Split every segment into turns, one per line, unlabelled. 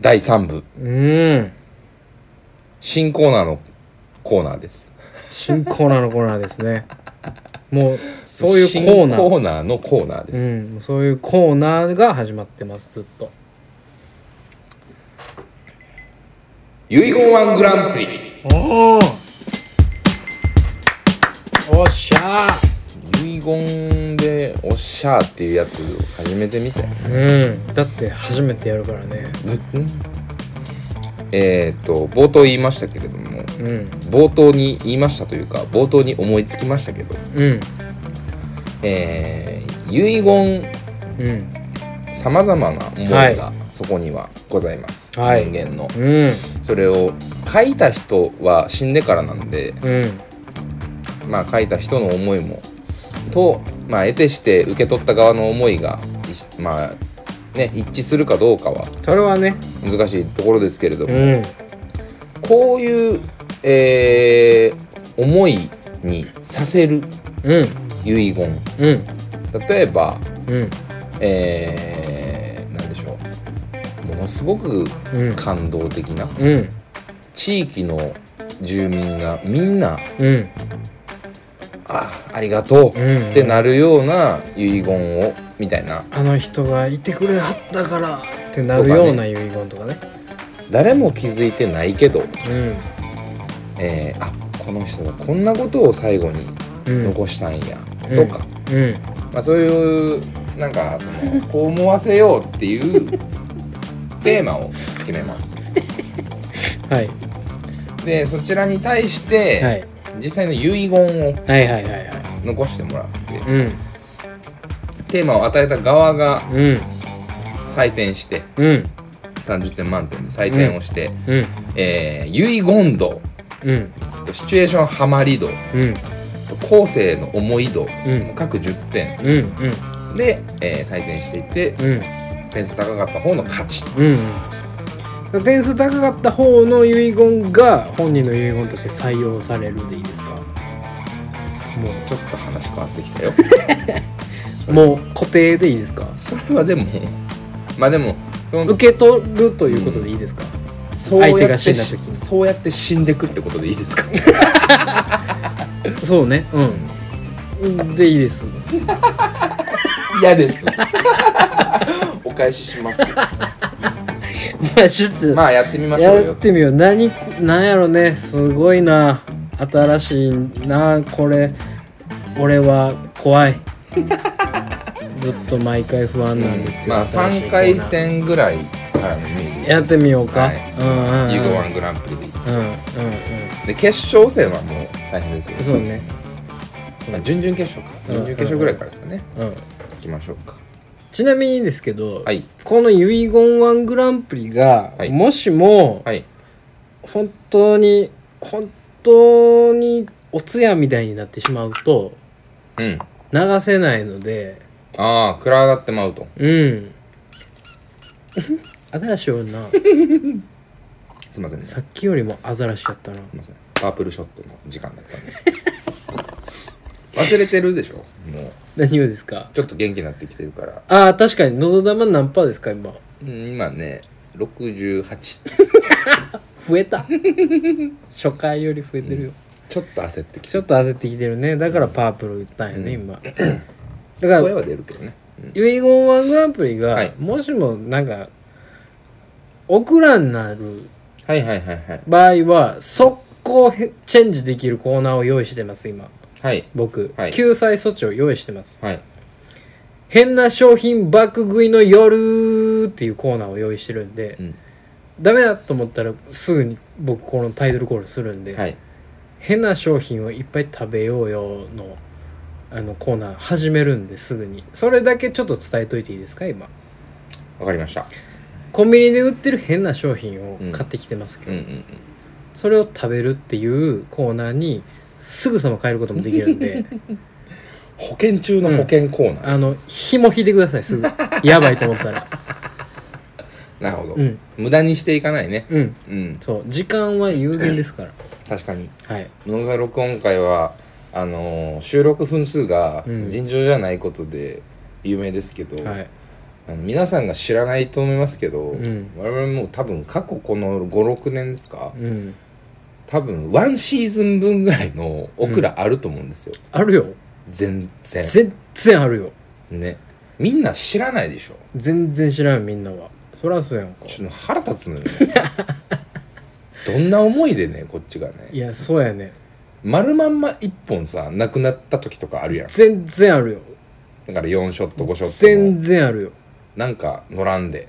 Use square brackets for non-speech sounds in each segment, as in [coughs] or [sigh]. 第3部
うん。
新コーナーのコーナーです
新コーナーのコーナーですね。もう、そういうコーナ
新コ
ー。
ーナーのコーナーで
う
す、
ん、そういうコーナーが始まってます、ずっと。
遺言ワングランプリ
おおおっしゃ
遺言で「おっしゃー」っていうやつ始めてみて
ーうん。だって、初めてやるからね。
えっ、と冒頭言いましたけれども
うん。
冒頭に言いましたというか冒頭に思いつきましたけど
うん。
えー遺言
うん。
さまざまな思い
は
がそこにはございます、
はい
人間の
うん。
それを書いた人は死んでからなんで
うん。
まあ書いた人の思いもと、まあ、得てして受け取った側の思いがいしまあね一致するかどうかは
それはね。
難しいところですけれど
う
も、
ん。
こういう、えー思いにさせる
うん。
遺言
うん。
例えば
うん。
えー、なんでしょうものすごく
うん。
感動的な
うん。
地域の住民がみんな
うん。
「あありがとう」
うん。
ってなるような遺言をみたいな
あの人がいてくれはったからってなるような遺言とかね。
誰も気づいてないけど、
う
えー、あこの人がこんなことを最後に
ん。うん。
残したんや
うん
とか、
うん。
まあ、そういうなんかそのこう思わせようっていう
[laughs]
テーマを決めます。
はい。
でそちらに対して、
はい。
実際の遺言を
はいはいはいはい。
残してもらって
うん。
テーマを与えた側が
うん。
採点して
うん。
30点満点で採点をして、
うん。
えー遺言度
うん。
とシチュエーションハマり度
うん。
と後世の思い度、
うん
各10点
うん。うん。
で、えー採点していって
うん。
点数高かった方の勝ち
うん。点数高かった方の遺言が本人の遺言として採用されるでいいですかも
ちょっと話変わってきたよ [laughs]
うもう固定でいいですか
それはでもまあでもその
受け取るということでいいですか、
そう
相手
や
が
って
死んだ時に
そうやって死んでくってことでいいですか
そうねうんでいいです
嫌ですお返しします
まあちょっと
まあやってみましょう
やっ
よ
てみよう何なんやろねすごいな新しいなこれ俺は
[laughs]
怖いずっと毎回不安なんですよ、
まあ
新しい
3
コーナー
回戦ぐらいからのイメージです
やってみようか、
はい
うんうん
ユーゴ
う
ワングランプリで
んうん
で決勝戦はもう大変ですよ
うんそうね
まあ準々決勝か準々決勝ぐらいからですかね
うん
行きましょうか
ちなみにですけど、
はい
この遺言ワングランプリが、
はい
もしも
はい
本当に本当にお通夜みたいになってしまうと
うん
流せないので
ああ暗がってまうと
[laughs] うん。アザラシおるな。
すいませんねす
さっきよりもアザラシやったな。
いませんパープルショットの時間だったんで [laughs] 忘れてるでしょもう
何をですか
ちょっと元気になってきてるから
ああ、確かに、のど玉何パーですか、今。
うん今ね68
増えた。初回より増えてるよ。
ちょっと焦ってき
ち
て
ょっと焦ってきてるね。だからパープル言ったんやね、今。だから、
声
遺
は出るけどね
言ワングランプリが、
はい
もしもなんか、送らんなる
はいはいはいはい
場合は、速攻へチェンジできるコーナーを用意してます、今。
はい
僕、
はい
救済措置を用意してます。
はい
変な商品爆食いの夜っていうコーナーを用意してるんで、
うん
ダメだと思ったらすぐに僕このタイトルコールするんで、
はい
変な商品をいっぱい食べようよのあのコーナー始めるんですぐにそれだけちょっと伝えといていいですか今
わかりました
コンビニで売ってる変な商品を買ってきてますけ
う
ど、
んうんうん
それを食べるっていうコーナーにすぐさま変えることもできるん
[laughs]
で
保険中の保険コーナー、
あの紐引いてくださいすぐやばいと思った
[laughs]
ら
なるほど、
うん
無駄にしていかないね
うん
うん
そう時間は有限です
[laughs]
から
確かに
はい
野田録音会はあのー収録分数が
うん
尋常じゃないことで有名ですけど、
はい
あの皆さんが知らないと思いますけど、
ん
我々もう多分過去この56年ですか
うん
多分ワンシーズン分ぐらいのオクラあると思うんですよ、
あるよ
全然
全然あるよ
ねみんな知らないでしょ
全然知らんみんなはそりゃそうやんか
ちょっと腹立つ
[laughs]
のよ、ね、どんな思いでねこっちが
い
ね
やそうやね
丸まんま1本さなくなった時とかあるやん
全然あるよ
だから4ショット5ショットも
全然あるよ
なんか乗らんで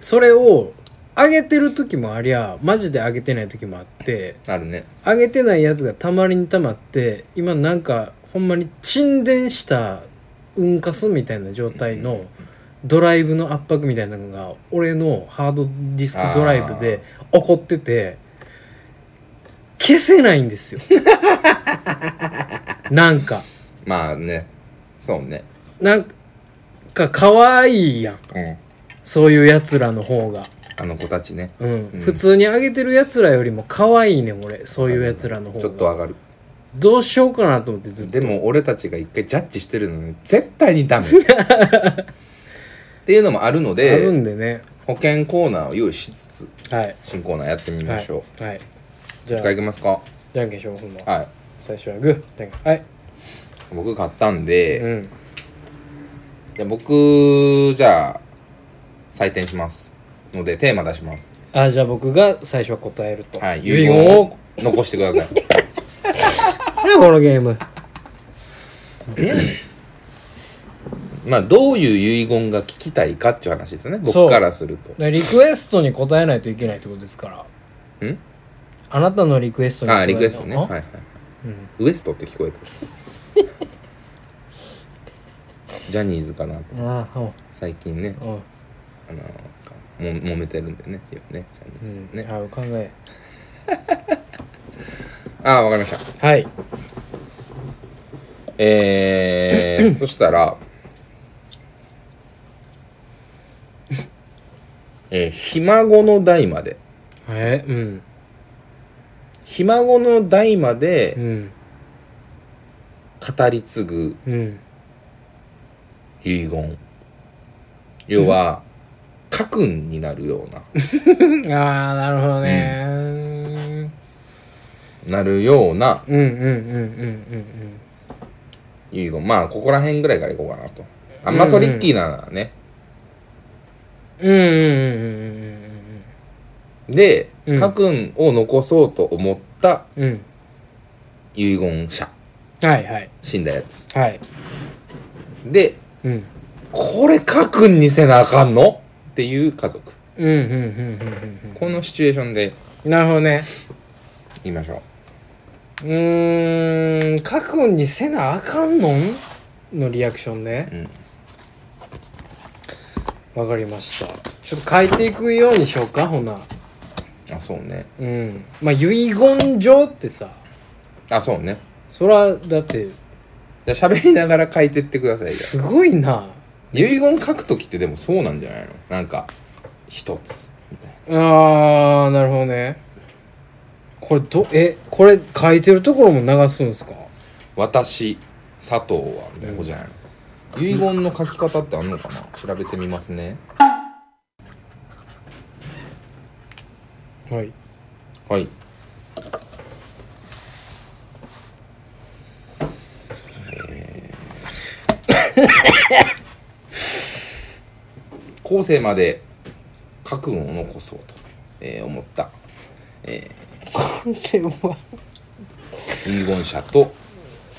それを上げてる時もありゃマジで上げてない時もあって
あるね
上げてないやつがたまりにたまって今なんかほんまに沈殿した運かすみたいな状態のドライブの圧迫みたいなのが俺のハードディスクドライブで起こってて消せない
[laughs]
んですよなんか
まあねそうね
なんか可愛いやん
うん
そういうやつらの方が
あの子たちね
うん、
うん
普通に上げてるやつらよりも可愛いねん俺そういうやつらの方が
ちょっと上がる
どうしようかなと思ってずっと
でも俺たちが一回ジャッジしてるのに絶対に
[laughs]
ダメっていうのもあるの
ある
で
んでね
保険コーナーを用意しつつ
はい
新コーナーやってみましょう、
はい、はい、じゃあ
使いけますか
じゃんけんしようほんま
はい
最初はグーじゃんけんはい
僕買ったんで、
うん
で僕じゃあ採点しますのでテーマ出します
あじゃあ僕が最初は答えると
はい
遺
遺
言
言
を
を残してください
何このゲーム
まあどういう遺言が聞きたいかっていう話ですね僕からすると
でリクエストに答えないといけないってことですから
ん
あなたのリクエストに答え
あ
ない
リクエストね、はいはい、
うん
ウエストって聞こえたジャニーズかなと
ああおう
最近ね
おう
あのも揉めてるんだよねよくねジャ
う
ニー
ん
ズね、
あ考え
あわかりました
はい
えー、そしたら、えー、ひ孫の代まで。
えうん
ひ孫の代ま
う
で
ん
語り継ぐ
うん
遺言。要は、家訓になるような、
ああなるほどね、
なるような
うん、うんうんうんうん
遺言。まあ、ここら辺ぐらいからいこうかなと。あんまトリッキーなね。
うんうんうんうんうんうん
で、
うん
家訓を残そうと思った
うんうん
遺言者。
はいはい
死んだやつ。
はい
で、
うん
これ家訓にせなあかんのっていう家族
うんうんうんうんうん
このシチュエーションで
うんなるほどね
言いましょ
うーん覚悟にせなあかんのんのリアクション
う、
ね
うん、
わかりましたちょっと変えていくようにしようかほな
あそうね
うんまあ遺言状ってさ
あそうね
そらだって
じゃあ喋りながら書いてってくださいじゃあ
すごいな
遺言書く時ってでもそうなんじゃないのなんか一つみたい
あーなるほどねこれどえこれ書いてるところも流すんですか
な私佐藤はみたいなことじゃないの、遺言の書き方ってあんのかな調べてみますね
はい
[laughs] はいえー後世まで覚悟を残そうと、えー思った、え
でも
ー遺言者と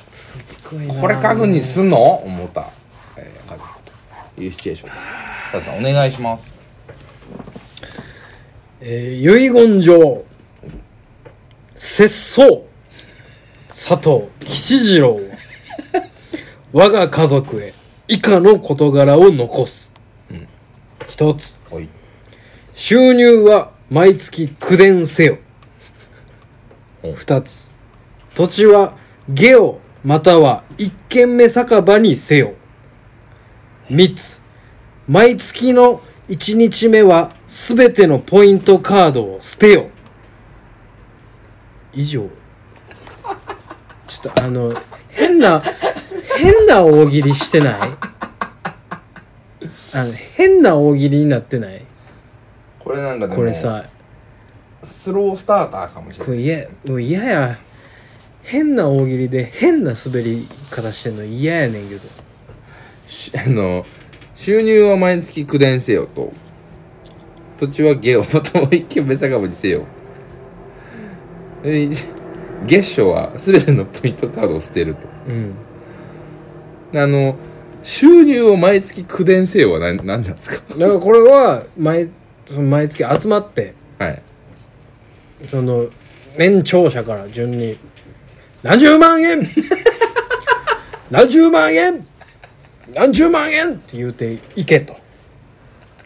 すごいな
これ家具にすんの思った、えー家族というシチュエーション佐藤さんお願いします
えー遺言状節操佐藤吉次郎は我が家族へ以下の事柄を残す一つ
はい
収入は毎月九伝せよ
うん
二つ土地は下をまたは一軒目酒場にせよ三つ毎月の一日目はすべてのポイントカードを捨てよ以上ちょっとあの変な変な大喜利してないあの変な大喜利になってない
これなんかでも
これさ
スロースターターかもしれ
こ
な
れ
い
嫌やもう嫌や変な大喜利で変な滑り方してんの嫌やねんけど
し [laughs] あの収入は毎月苦伝せよと土地は下をまとも一挙目坂にせよえい月賞は全てのポイントカードを捨てると
うん
あの収入を毎月苦伝せよは何何なんですか
だからこれは毎その毎月集まって
はい
その年長者から順に「何十万円 [laughs] 何十万円何十万円!」って言うていけと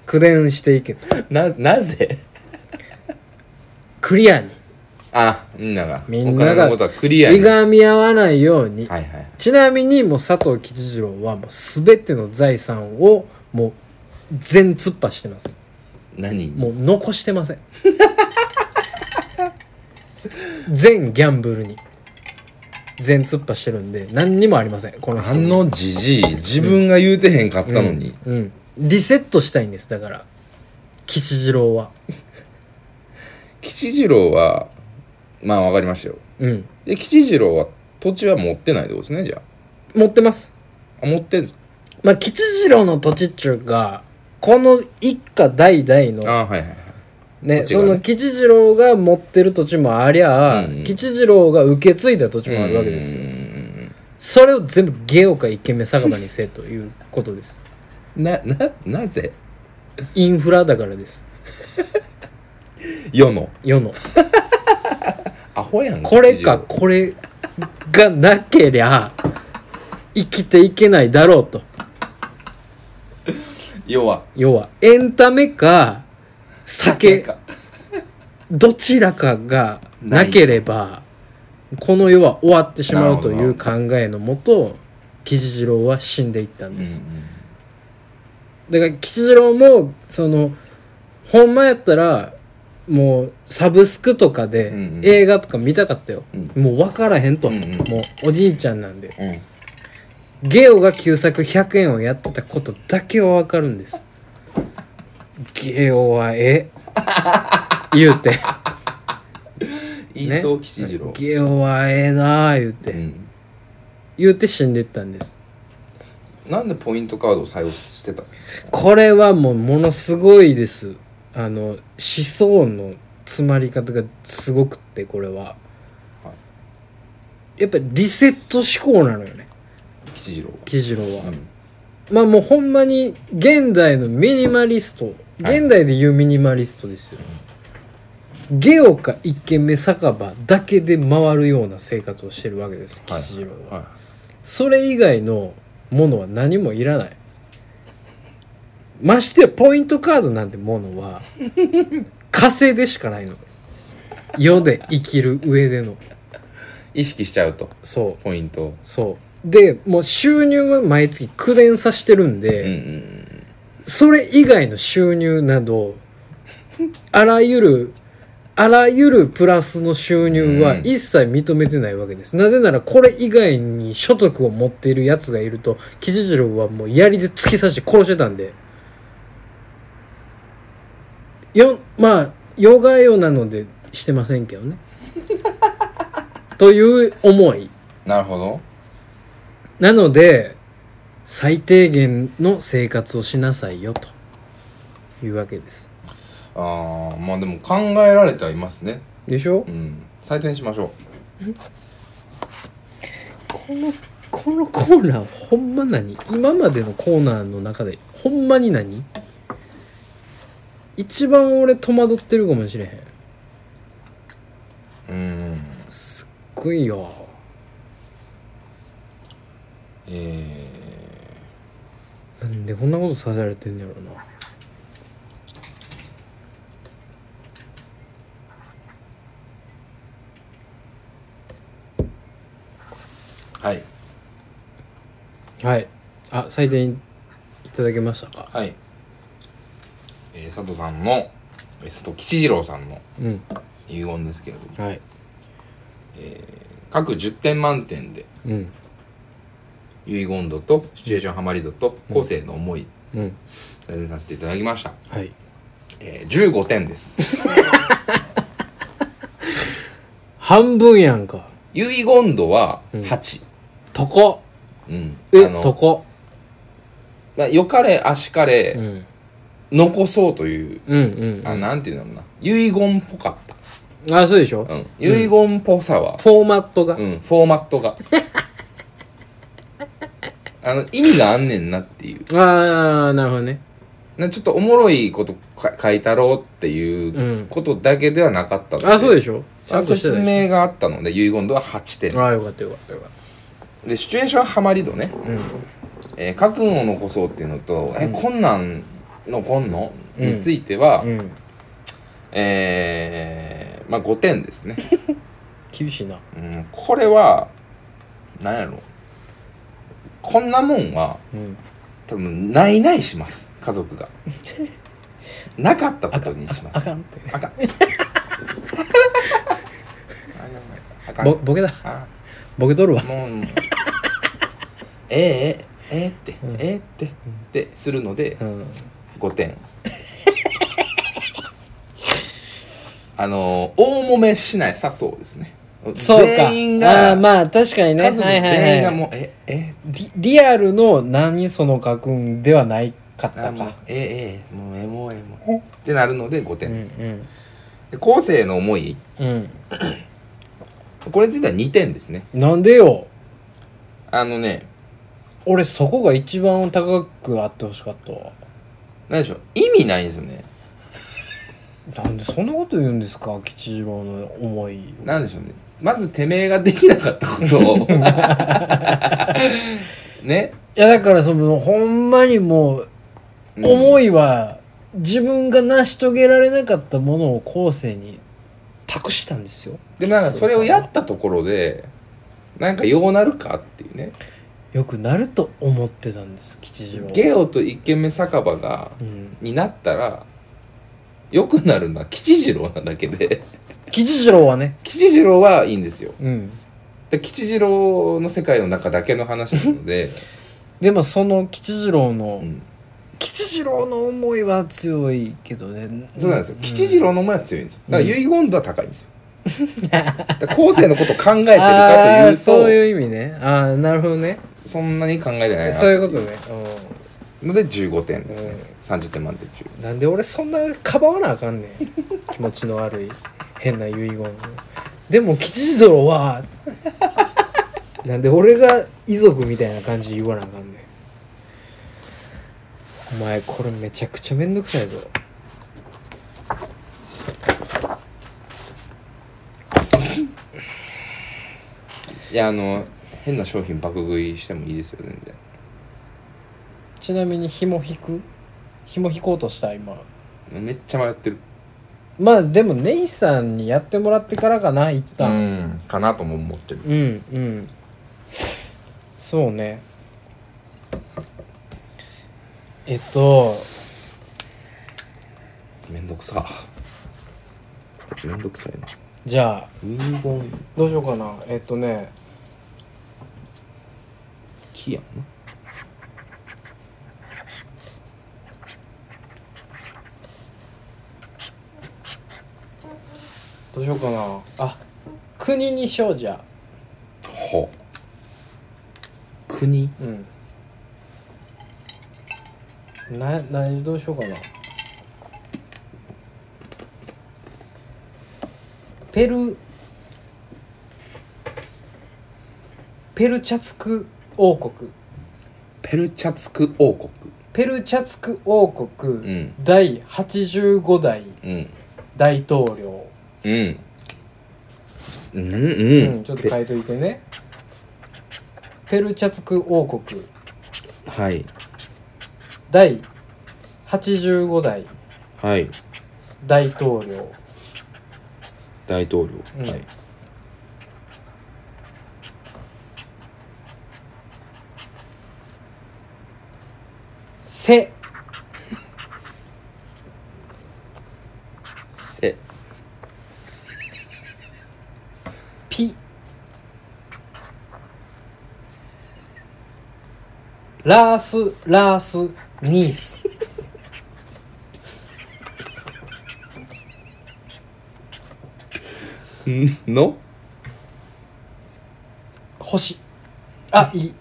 苦伝していけと
ななぜ
クリアに
あみんなが
みんな
お金
が
のことはクリアに
い
はい
がみ合わないように、
はいはい
ちなみにもう佐藤吉次郎はもう全ての財産をもう全突破してます
何
もう残してません [laughs] 全ギャンブルに全突破してるんで何にもありませんこの
あ
人に
のじじい自分が言うてへんかったのに、
うん、リセットしたいんですだから吉次郎は
吉次郎はまあわかりましたよ
うん
で吉次郎は土地は持ってないってことですねじゃ
持ってます
ああ持ってんです
まあ吉次郎の土地っちゅうかこの一家代々の
あはいはいはい
ね、
土地が
そ
ね
の吉次郎が持ってる土地もありゃあ、
うんうん
吉次郎が受け継いだ土地もあるわけですよ、
うん
それを全部ゲオかイケメン酒場にせえということ
[laughs]
です
なななぜ
インフラだからです
世の
世の
アホやん
これ
吉次郎
かこれがなけりゃ生きていけないだろうと
要は
要はエンタメか酒
か
どちらかがなければこの世は終わってしまうという考えのもと吉次郎は死んでいったん
うんう
です、
ん
だから吉次郎もそのほんまやったらもうサブスクとか
う
で
んうん
映画とか見たかったよ、
うん
もう分からへんと、
うんうん
もうおじいちゃんなんで
うん
ゲオが旧作100円をやってたことだけは分かるんですゲオは
[laughs]
ええ言うて
言いそう吉次郎、
ゲオはええなあ言うて、
うん
言うて死んでったんです
なんでポイントカードを採用してたんですか
これはもうものすごいですあの思想の詰まり方がすごくってこれは、
は
やっぱリセット思考なのよね
吉次郎
喜次郎は、
は、
まあもうほんまに現代のミニマリスト
はい
現代で言うミニマリストですよ、ゲオか一軒目酒場だけで回るような生活をしてるわけです
はい
吉次郎は、
は
それ以外のものは何もいらないましてやポイントカードなんてものは稼いでしかないの世で生きる上での
い、意識しちゃうと
そう
ポイントを
そうでもう収入は毎月苦伝さしてるんで、
うんうん
それ以外の収入などあらゆるあらゆるプラスの収入
う
は
ん
一切認めてないわけです、なぜならこれ以外に所得を持っているやつがいると吉次郎はもう槍で突き刺して殺してたんでよまあヨガヨなのでしてませんけど
[laughs]
ねという思い
なるほど
なので最低限の生活をしなさいよというわけです
ああまあでも考えられてはいますね
でしょ
うん採点しましょう
このこのコーナーほんま何今までのコーナーの中でほんまに何一番俺戸惑ってるかもしれへん
うん
すっごいよ
え
なんでこんなことさせられてんねやろな
ー、はい
はいあ採点いただけましたか
はい、えー、佐藤さんのえー佐藤吉次郎さんの
うん
遺言ですけれども
はい
各10点満点で
うん
遺言度とシチュエーションハマり度と個性の思い
うん
プレゼンさせていただきました、
はい
えー、15点です
半分やんか
遺言度は
うん
8
とこ
うん、
え
あの
とこ
まあ、よかれあしか
う
れ
ん
残そうという、
うんうん
あなんていうのかな遺言っぽかった
うんあそうでしょ、
うん、遺言っぽさは、
フォーマットが、
うん、フォーマット
[laughs]
があの意味があんねんなっていう
ああなるほどね
なちょっとおもろいことか書いたろうっていううんことだけではなかったので、
あそうでしょ
ちゃんと説
あ
明があったので遺言度は8点
あーよかったよかったよかっ
でシチュエーションハマり度ね、
たうん
えー、覚悟を残そうっていうのと、えこんなん残んの、
うん
については、
うん
えーまあ5点ですね、
厳しいな
うん、これはなんやろこんなもんは
うん
多分ないないします家族
[laughs]
がなかったことにします
あかんって
あかん。あかん。
ぼボケだ
あ
ボケとるわ
もう、もうええええええって、
うん
ええって、ってするので
う、ん
5点。あの、大揉めしないさそうですね。
そうか
全員が、
あーまあ確かにね
家族全員が
はいはいはい
もう、え、え、
リリアルの何その書くんではないかっ
あ
た
もう
か
ええ、ええ、もう、えもう、えもう。ってなるので5
うん
点
う
です。
ん
で後世の思い、
うん
これについては2点ですね。
なんでよ
あのね、
俺そこが一番高くあってほしかったわ
なんでしょう、意味ないんですよね。
なんでそんなこと言うんですか吉次郎の思い
なんでしょうねまずてめえができなかったことを [laughs] ね、
いやだからそのほんまにもう
うん
思いは自分が成し遂げられなかったものを後世に託したんですよ
でなんかそれをやったところでなんかようなるかっていうね
よくなると思ってたんです吉次郎
ゲオとイケメン酒場が
うん
になったらよくなるのは吉次郎なだけで
吉次郎はね
吉次郎はいいんですよ
うん
で吉次郎の世界の中だけの話なので、
でもその吉次郎
う
の、
ん、
吉次郎の思いは強いけどね
そうなんですよ吉次郎の思いは強いんですよだから
うん
遺言度は高いんですよだから後世のことを考えてるかと
あ
い
あ
う
ー
と
そういう意味ねああなるほどね
そんなに考えてないな
そういうことね、
ので15点ですね、
うん
30点満点中
うん、なんで俺そんなかばわなあかん [laughs] ねん気持ちの悪い変な遺言をでも吉次郎は [laughs] つってなんで俺が遺族みたいな感じ言わなあかんねんお前これめちゃくちゃめんどくさいぞ
いやあの変な商品爆食いしてもいいですよ全然
ちなみに紐引く紐引こうとした今
めっちゃ迷ってる
まあでもネイさんにやってもらってからかな一
う
旦
んかなとも思ってる
うんうん、そうねえっと
めんどくさめんどくさいな
じゃあ
遺言
どうしようかなえっとね
木やんな
どうしようかなあ国にしようじゃあ
ほう国
うんな何どうしようかなペルペルチャツク王国
ペルチャツク王国
ペルチャツク王国、
うん
第85代
うん
大統領、
うんうんう
うん
ん、
ちょっと書いといてねペルチャツク王国
ぺはい
第85代
はい
大統領
大統領、
うん
はい
セ
せ
ピラースラースニース
んの
星あいい危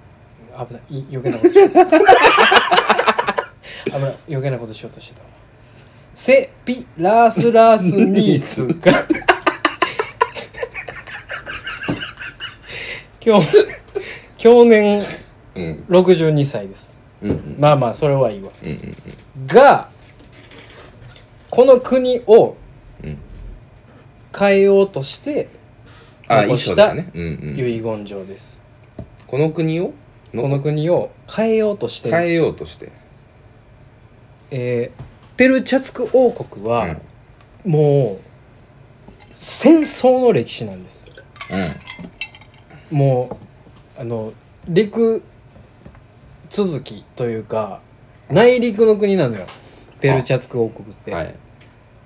ないいい余計なことしよう危ない余計なことしようとしてたわセピラースラースニースが [laughs] 今日去年
うん
62歳です
うんうん
まあまあそれはいいわ
うんうん
がこの国を
うん
変えようとして
あ
残
遺
した
書だよねうんうん
遺言状です、
この国を
この国を変えようとしてる
変えようとして
えーペルチャツク王国
うん
はもう戦争の歴史なんですもうあの陸続きというか内陸の国なのよペルチャツク王国っ
う
て、
んはい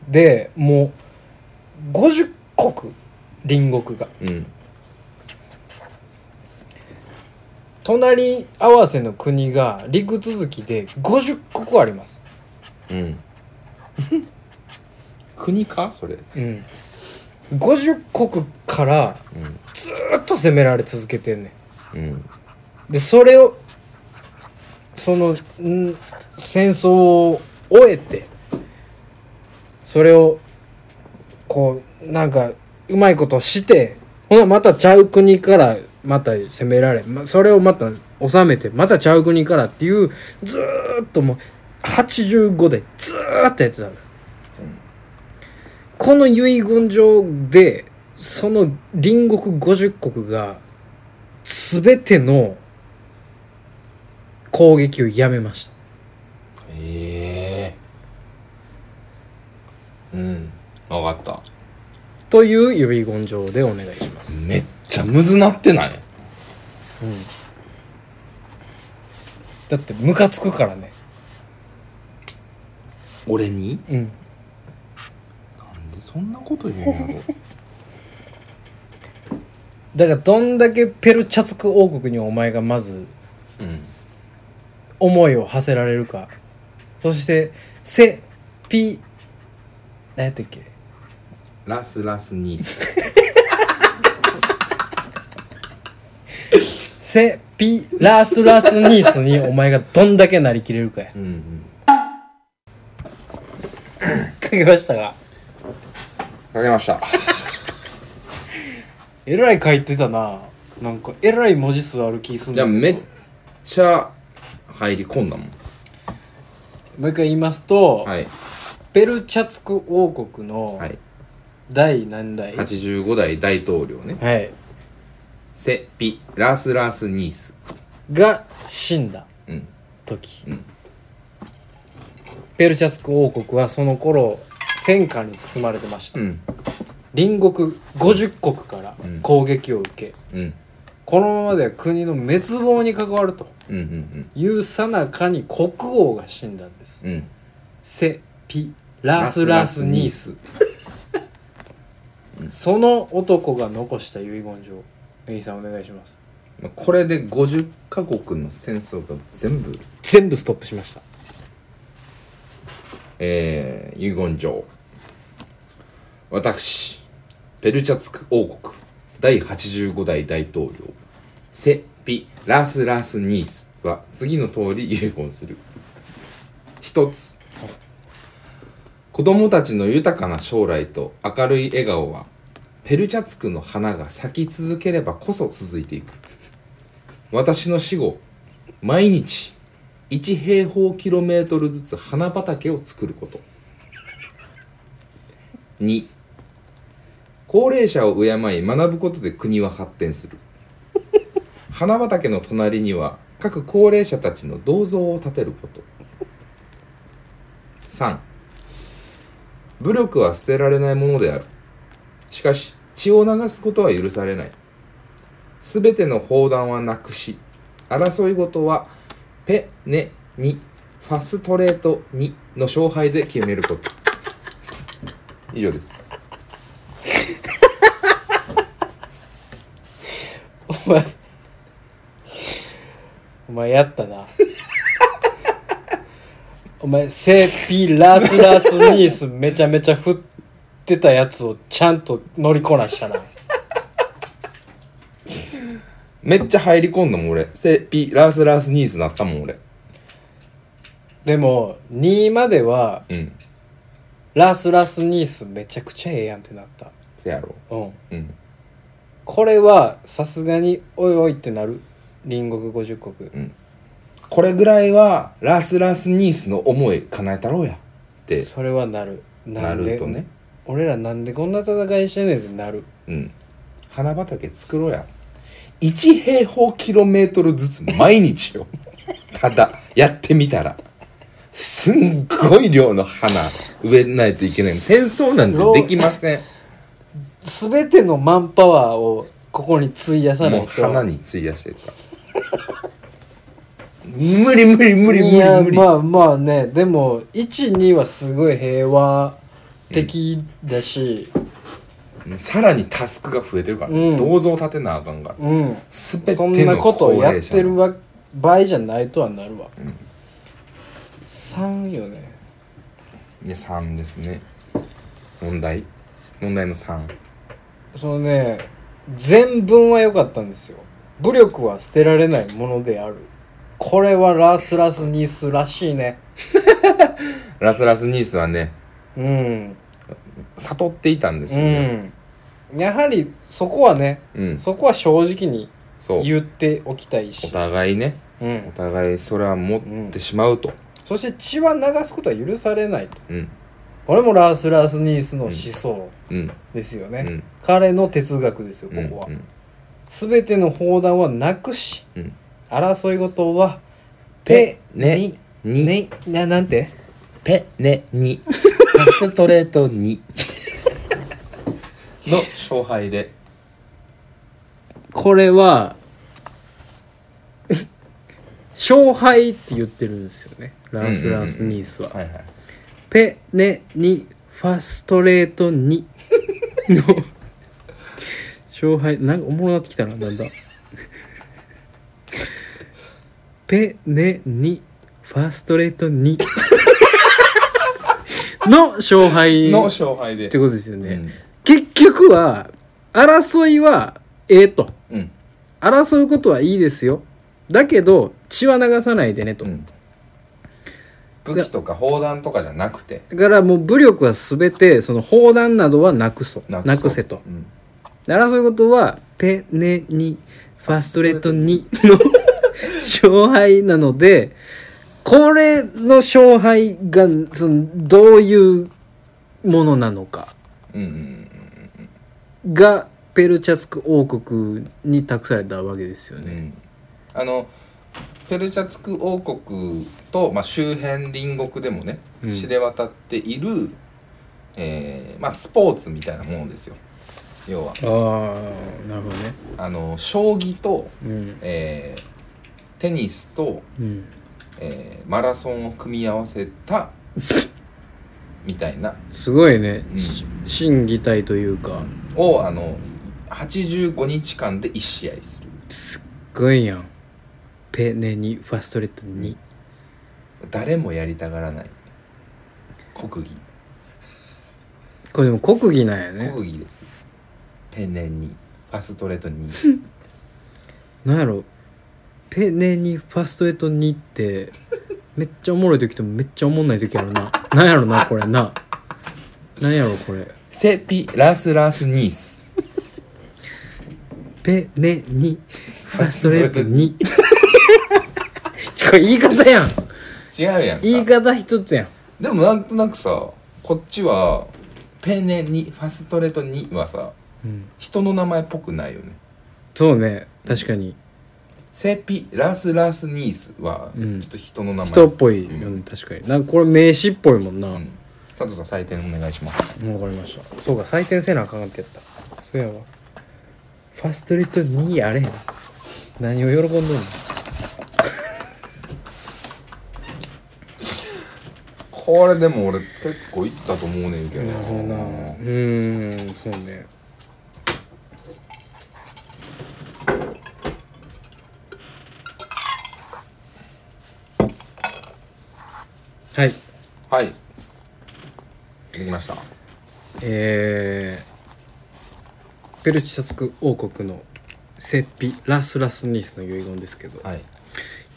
でもう50国隣国が
うん
隣合わせの国が陸続きで50国あります
うん [laughs] 国かそれ
うん50国から
うん
ずーっと攻められ続けてんねん
うん
でそれをそのん戦争を終えてそれをこうなんかうまいことしてほなまたちゃう国からまた攻められまそれをまた収めてまたちゃう国からっていうずーっともう85でずーっとやってたの、この遺言状でその隣国50国が全ての攻撃をやめました
ええうん分かった
という遺言状でお願いします、
めっちゃむずなってない
だってムカつくからね
俺に
うん
なんでそんなこと言うんやろ
だからどんだけペルチャツク王国にお前がまず
[laughs] うん
思いを馳せられるかそしてセピ何やったっけ
ラスラスニース
セピラスラスニースにお前がどんだけなりきれるかや
うんうん
書きましたが
かけました
えらい書いてたななんかえらい文字数ある気すん
い
だ
や
けど
めっちゃ入り込んだもん
もう一回言いますと、
はい
ペルチャツク王国の
はい
第何代、はい
85代大統領ねセピラスラスニース
が死んだ
うん
時、
うん
ペルチャツク王国はその頃戦火に包まれてました、
うん
隣国50国から
うん
攻撃を受け、
うん
このままでは国の滅亡に関わると
うんうん
いうさなかに国王が死んだんです
うんうん
セ・ピ・ラスラスニースその男が残した遺言状エイさんお願いします
まあこれで50カ国の戦争が全部
全部ストップしました
えー、遺言状私ペルチャツク王国第85代大統領セ・ピ・ラス・ラス・ニースは次の通り遺言する一つ子供たちの豊かな将来と明るい笑顔はペルチャツクの花が咲き続ければこそ続いていく私の死後毎日1平方キロメートルずつ花畑を作ること2高齢者を敬い学ぶことで国は発展する花畑の隣には各高齢者たちの銅像を建てること3武力は捨てられないものであるしかし血を流すことは許されないすべての砲弾はなくし争い事はペ・ネ・ニ・ファストレート・ニの勝敗で決めること以上です
お前お前やったな [laughs] お前セピラスラスニースめちゃめちゃ振ってたやつをちゃんと乗りこなしたな
めっちゃ入り込んだもん俺セピラスラスニースなったもん俺
でも2位までは
うん
ラスラスニースめちゃくちゃええやんってなった
せやろ
うん
うん
これはさすがにおいおいってなる隣国50国
これぐらいはラスラスニースの思い叶えたろうやって
それはなる
なん
で
るとね
俺らなんでこんな戦いしてんねんってなる
うん花畑作ろうや1平方キロメートルずつ毎日
[laughs]
をただやってみたらすんごい量の花植えないといけない戦争なんてできません
全てのマンパワーをここに費やさな
もう
いと
花に費やしてるから無理無理無理無
いや
理無理
まあまあねでも12はすごい平和的だし
さらにタスクが増えてるから、ね
うん
銅像立てなあかんから
うん、
すべて
そ
の
んなことを
高
や
齢
っ
者
てるわ場合じゃないとはなるわ、
ん
3よね
いや3ですね問題問題の3
そのね全文は良かったんですよ武力は捨てられないものであるこれはラスラスニースらしいね
ラスラスニースはね
うん
悟っていたんです
う
よね
んやはりそこはね
うん、
そこは正直に
そう
言っておきたい
お
し、
互いね
う
お
ん、
互いそれは持ってしまうと
そして血は流すことは許されないと
うん
これもラスラスニースの思想
うん
ですよね、
うん
彼の哲学ですよこ
うん
こは、
うん
全ての砲弾はなくし
うん
争い事はペ
ペね
に
に
ねななんて
ペねにパストレートに [laughs] の勝敗で
これは [laughs] 勝敗って言ってるんですよねランスランスニースは、
はいはい
ペネにファストレートにの勝敗なんかおもろなってきたなだんだんペネにファストレートにの勝敗
の
っ
勝敗で
てことですよね、
うん
結局は争いはええと
うん
争うことはいいですよだけど血は流さないでねと、
うん武器とか砲弾とかじゃなくて
だからもう武力は全てその砲弾などはなくそな
なく
く
そう
せと
うん
争うことはペネにファストレートに
[laughs]
の勝敗なのでこれの勝敗がそのどういうものなのか
うんうん
がペルチャスク王国に託されたわけですよ
う
ね。
んあのペルチャツク王国と、まあ、周辺隣国でもね、
うん
知れ渡っている、えーまあ、スポーツみたいなものですよ要は
ああなるほどね。
あの将棋と、
うん
えーテニスと、
うん
えーマラソンを組み合わせたみたいな
すごいね、
うん
し審議体というか
をあの85日間で1試合する
すっごいやんペネにファストレートに
誰もやりたがらない国技
これでも国技なんやね
国技ですペンネンにファストレートに
なんやろペネにファストレートにってめっちゃおもろい時とめっちゃおもんない時やろななんやろなこれななんやろこれ
[laughs] セピラスラスニース
ペネにファストレートにこれ言い方やん
違うやんか
言い方一つやん
でもなんとなくさこっちはペンネンにファストレートにはさ
うん、
人の名前っぽくないよね
そうね確かに
セピラスラスニースはち
う
ょ
ん
っと人の名前、
人っぽいよね、
うん
確かになんかこれ名詞っぽいもんな、
うん佐藤さん採点お願いします
わかりましたそうか採点せなあかんってやったそうやわファストレート2あれへん何を喜んどんの
これでも俺結構いったと思うねんけど
なるほどなうーんそうねはい
はいできました
えーペルチャスク王国のセッピラスラスニースの遺言ですけど、
はい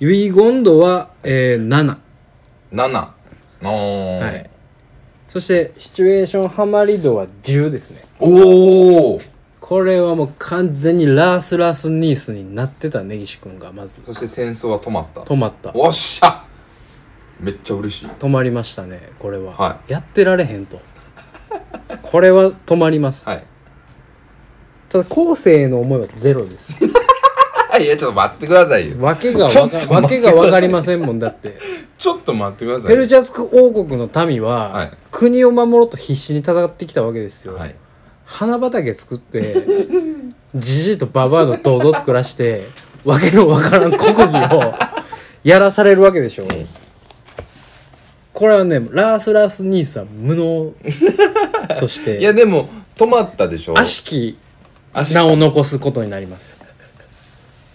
遺言度は、えー7
7おー、
はいそしてシチュエーションハマり度は10ですね
おお
これはもう完全にラスラスニースになってた根岸君がまず
そして戦争は止まった
止まった
おっしゃめっちゃ嬉しい
止まりましたねこれは、
は
やってられへんとこれは止まります、
はい [laughs]
ただ後世への思いはゼロです
あいやちょっと待ってくださいよ
わけがわ
ちょっと待って
かわけがわかりませんもんだ
[laughs]
って
ちょっと待ってくださ
ペ
い
ル
よ
ジャスク王国の民は、
はい
国を守ろうと必死に戦ってきたわけですよ、
はい
花畑作ってじじいとババアの銅像作らしてわけのわからん国技をやらされるわけでしょこれはねラースラース兄さん無能とし
いや
て
でも止まったでしょ
悪しき
足
名を残すことになります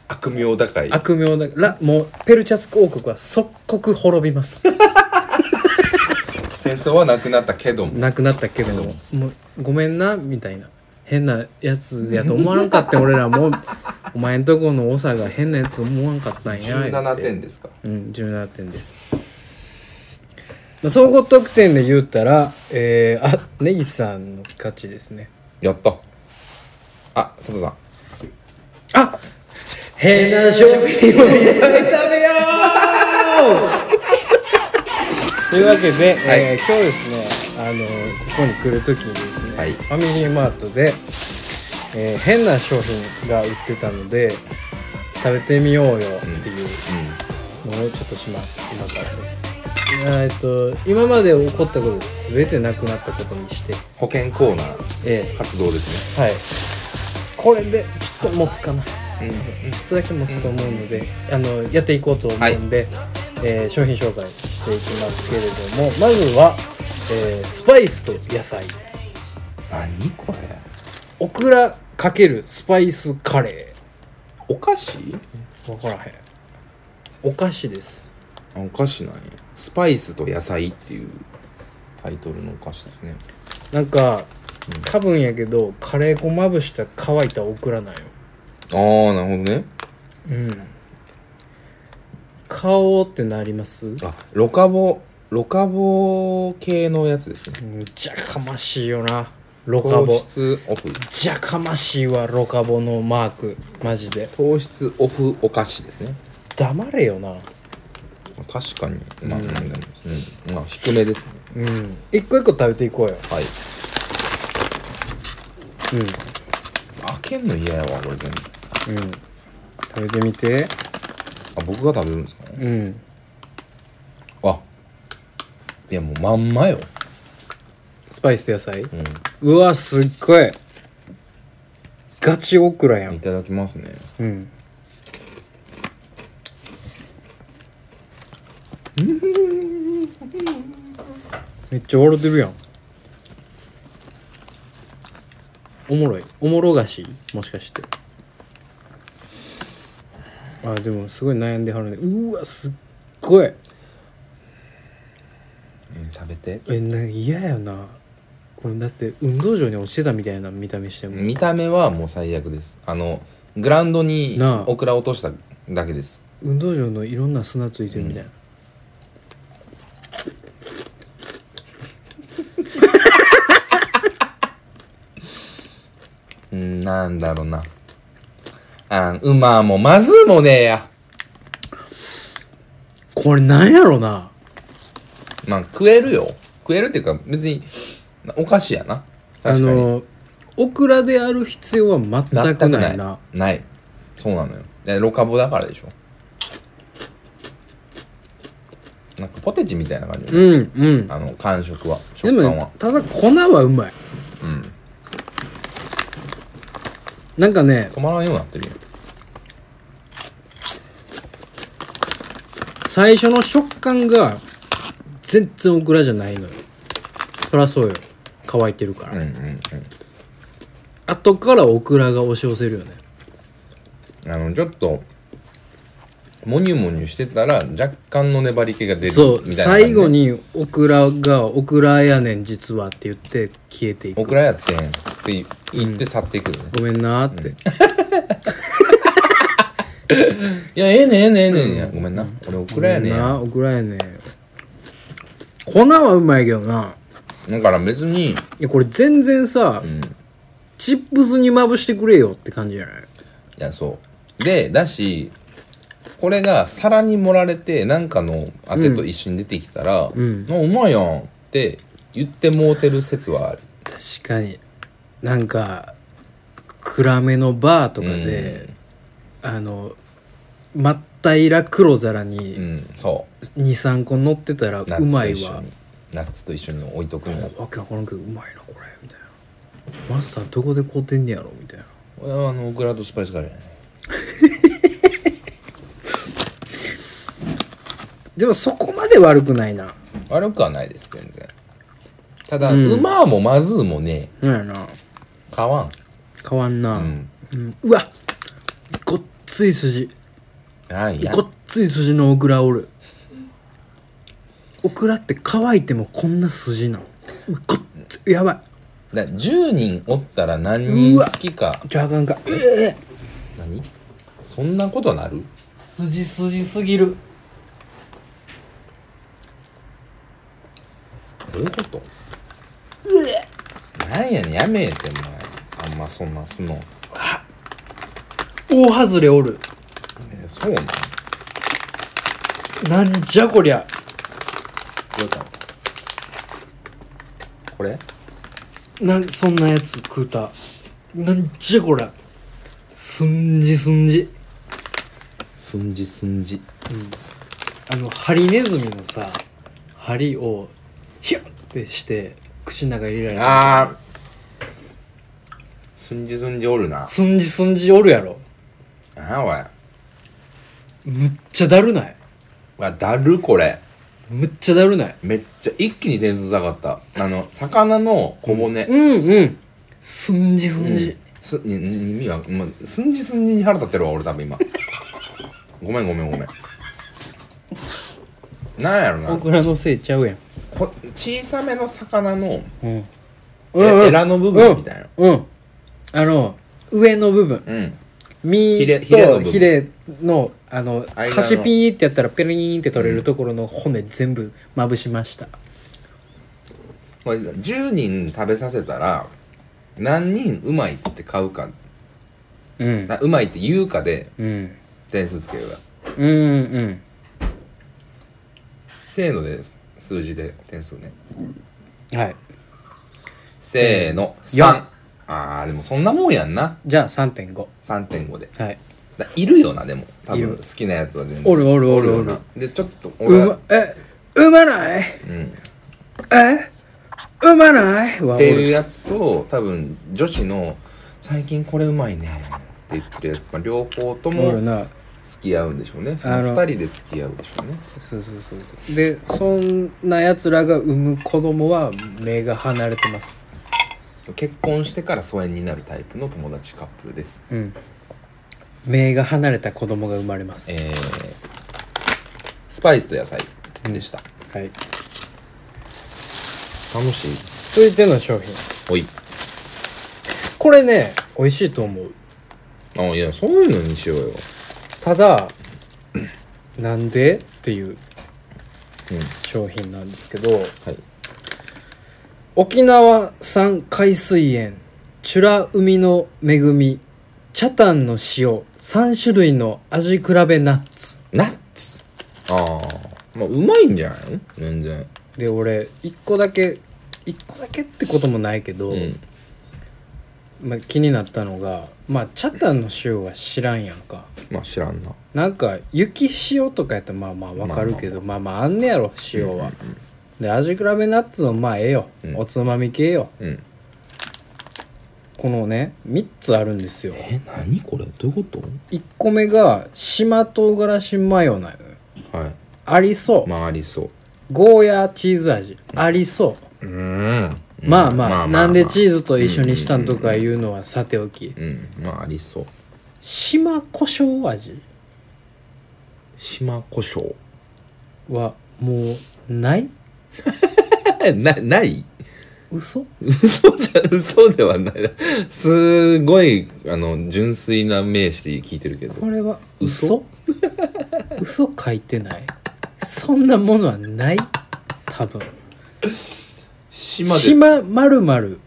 悪名高い
悪名だらもうペルチャスク王国は即刻滅びます
戦争はなくなったけども
なくなったけれどももうごめんなみたいな変なやつやと思わんかったよ俺らも [laughs] お前んとこの長が変なやつ思わんかったんや
17
言う
点
て
ですか
うん17点ですまあ総合得点で言ったら、えー、あ根岸さんの勝ちですね
やったあ佐藤さん
あ変な商品をいっぱい食べよう [laughs] というわけで、えー今日ですねあのここに来る時にですね、
はい
ファミリーマートで、えー変な商品が売ってたので食べてみようよっていうのをちょっとします今からねえーっと今まで起こったこと全てなくなったことにして、
保険コーナー
え
活動です
ーはいこれでちょっと持つかな
ね
ちょっとだけ持つと思うので、あのやっていこうと思うんで、えー商品紹介していきますけれどもまずは、えースパイスと野菜
何これ
オクラ×スパイスカレ
お菓子
ー分からへんお菓子です
あお菓子なんやスパイスと野菜っていうタイトルのお菓子ですね
なんか多分やけどカレー粉まぶした乾いたオクラなんよ
ああなるほどね
うん買おうってなります
あロカボロカボ系のやつですね
むちゃかましいよなロカボ
糖質オフ
じゃかましいわロカボのマークマジで
糖質オフお菓子ですね
黙れよな
まあ確かにまあ、うんうんまあ、低めですね
うん一個一個食べていこうよ
はい
うんうん
開けんの嫌やわこれ全部
食べてみて
あ僕が食べるんですか
うん
あいやもうまんまよ
スパイスと野菜
う
うわすっごいガチオクラや
んい
ん
ただきますね
うんめっちゃ笑ってるやんおもろいおもろがしもしかしてあでもすごい悩んではるねうわすっごい
うん食べて
えなんか嫌やなこれだって運動場に落ちてたみたいな見た目しても
見た目はもう最悪ですあのグラウンドに
なあ
オクラ落としただけです
運動場のいろんな砂ついてるみたいな、
うんなんだろうなあんうまもまずもねえや
これなんやろな
まあ食えるよ食えるっていうか別になお菓子やな
あ
確かに
のオクラである必要は全くないな
ないないそうなのよでロカボだからでしょなんかポテチみたいな感じよね、
うんうん
あの感触は
で
食感は
もただ粉はうまい
うん
なんかね
止まらんようになってるよ
最初の食感が全然オクラじゃないのよそらそうよ乾いてるから、
うんうんうん
後からオクラが押し寄せるよね
あの、ちょっと、モニュモニュしてたら若干の粘り気が出る
そう
みたいな感じね
最後に「オクラがオクラやねん実は」って言って消えてい
オ
く
クラやってんって言って去っていくよね、
ごめんなーって、
いやええねんええねんええねんいやごめんな俺オクラやねん
ごめなオクラやねん粉はうまいけどな
だから別に
いやこれ全然さ、
うんい
チップスにまぶしてくれよって感じじゃない
やそうでだしこれが皿に盛られてなんかのあてと一緒に出てきたら「
うん
あうまいやん」って言ってもうてる説はある
確かになんか暗めのバーとかで、あの真っ平ら黒皿
う
に
んそう
23個乗ってたら
ナッ
う
ツ
ま
と
い
一緒
わ
にナッツと一緒に置いとくの
わけわからんけどうまいなこれみたいなマスターどこで買うてんねやろみたいな
俺はあのオクラとスパイスカレーやね
でもそこまで悪くないな
悪くはないです全然ただ、う
うん
まーもまずーもね
なんやな
買わん
変わんな、
う
うん
ん
うわごっつい筋
はいや
ごっつい筋のオクラおるオクラって乾いてもこんな筋なのうごっつやば
だ10人おったら何人好きか
いじゃああかんかええ
何そんなことなる
筋筋すぎる
どういうことなんやねんやめえってお前あんまそんなんすんの
大外れおる
えそうなん
なんじゃこりゃ
どうしたのこれ
なんそんなやつ食うたなんじゃこりゃすんじすんじ
すんじすんじ
あのハリネズミのさ針をヒュッてして口の中に入れられて
あーすんじすんじおるな
すんじすんじおるやろ
なんやおい
むっちゃだるないう
わだるこれ
むっちゃだるない
めっちゃ一気に点数下がったあの魚の小骨
うんうんすんじすんじ、
すに耳は、ま、すんじすんじに腹立ってるわ俺多分今ごめんごめんごめんなんやろな
オクラのせいちゃうやん
こ小さめの魚の
うん
えエラの部分みたいな
うん、うん、あの上の部分
うん
身
ヒレヒレの部
と
分
ヒレのあの
間の
端ピーってやったらペリーンって取れるところの骨全部まぶしました、
これ10人食べさせたら何人うまいっつって買うか
うん
なうまいって言うかで
うん
点数つけるから
うんうん
せーので数字で点数ね
はい
せーの
四
3あーでもそんなもんやんな
じゃあ3.5
3.5で
はい
だいるよなでも多
い
分
る
好きなやつは全然
おるおるおる
よ
おる
なでちょっと俺
う
は
まえうまない
うん、っ
えうまないわ
ていう
俺
やつと多分女子の「最近これうまいね」って言ってるやつ、まあ、両方と
俺
も
な
付き合うんでしょうねその
あの
2人で付き合うでしょうね
そうそうそうそうでそんなやつらが産む子供は目が離れてます
結婚してから疎遠になるタイプの友達カップルです
うん目が離れた子供が生まれます
えー、スパイスと野菜でした、
はい
楽しい
続いての商品
おい
これね美味しいと思う
あいやそういうのにしようよ
ただなんでっていう
うん
商品なんですけど
はい
沖縄産海水塩チュラ海の恵みチャタンの塩3種類の味比べナッツ
ナッツああまあうまいんじゃないの全然
で俺1個だけ1個だけってこともないけど、
うん
まあ、気になったのがまあチャタンの塩は知らんやんか
まあ知らんな
なんか雪塩とかやったらまあまあわかるけど、まあまああんねやろ塩は、で味比べナッツもまあええよ、
うん
おつまみ系よ
うん
このね3つあるんですよ
え何これどういうこ
1個目が島唐辛子マヨなのよ
とはい
ありそう、
まあありそう
ゴーヤーチーズ味ありそ
う
う
ーん
まあまあ,、なんでチ
ー
ーズと一緒にしたんとかいうのはさておき、
うんまあありそう
島胡椒味
島胡椒
はもうない
[laughs] なない
嘘
嘘じゃ嘘ではないすごいあの純粋な名詞で聞いてるけど
これは
嘘
嘘嘘書いてないそんなものはない多分
島
島まるまる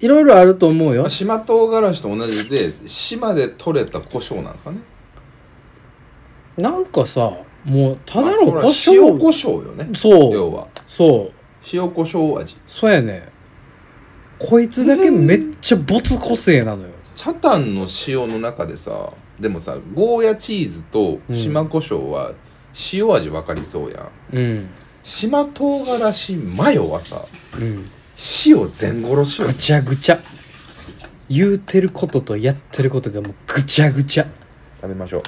いろいろあると思うよ
島唐辛子と同じで島で取れた胡椒なんですかね
なんかさもうただの
ま
胡
あそれは塩
椒
胡椒よね
そう
要は
そう
塩胡椒味
そうやねこいつだけめっちゃ没個性なのよ
チャタンの塩の中でさでもさゴーヤチーズと島胡椒は塩味分かりそうやん、
うん
島唐辛子マヨはさ
うん
塩全殺しよ
ぐちゃぐちゃ言うてることとやってることがもうぐちゃぐちゃ
食べましょう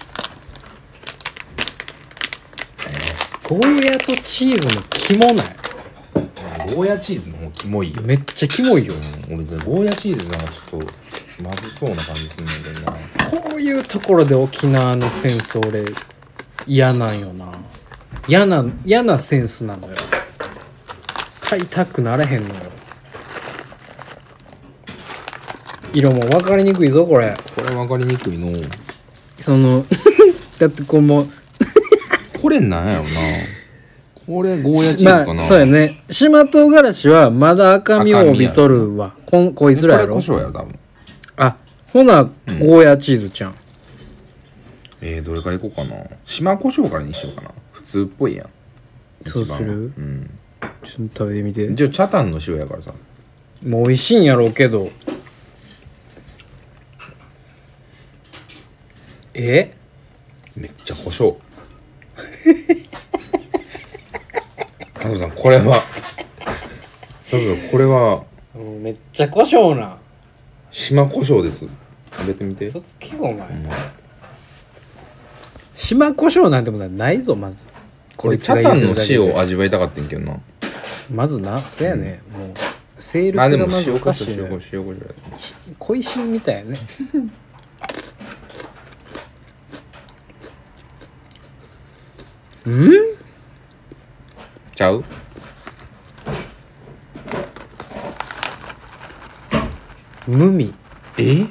ゴーヤとチーズのキモない
ゴーヤチーズの方キモいよ、
めっちゃキモいよ
うん、俺ねゴーヤチーズなんかちょっとまずそうな感じするんだけどな
こういうところで沖縄のセンス俺嫌なんよな嫌な嫌なセンスなのよ買いたくなれへんのよ色も分かりにくいぞこれ
これ分かりにくいの
その [laughs] だってこうもう
これなんやろなこれゴーヤチーズかな、
まあそうやね島唐辛子はまだ赤みを帯びとるわこんこいつらや
こ
ろ
れ胡椒やろ多分
あほなゴーヤチーズちゃん、
えー、どれからいこうかな島胡椒からにしようかな普通っぽいやん
そう
一番
する
うん
ちょっと食べてみて
じゃあチャタンの塩やからさ
もう美味しいんやろうけどえ
めっちゃ胡椒 [laughs] 加藤さんこれは佐藤さんこれは
めっちゃ胡椒な
島胡椒です食べてみて
嘘つけよお前、
ん
島胡椒なんてものはないぞまず
これチ
つが
ャ
言
タ
うて
ン
る
の
だけで
塩を味わいたかったんけどな
まずなそうやね、もうセール
まあ
ス
で
が
も
まず
塩
お
胡
かしい
椒
の
塩
よ
胡椒塩胡椒や
恋しみたいやねうん
ちゃう
無味
え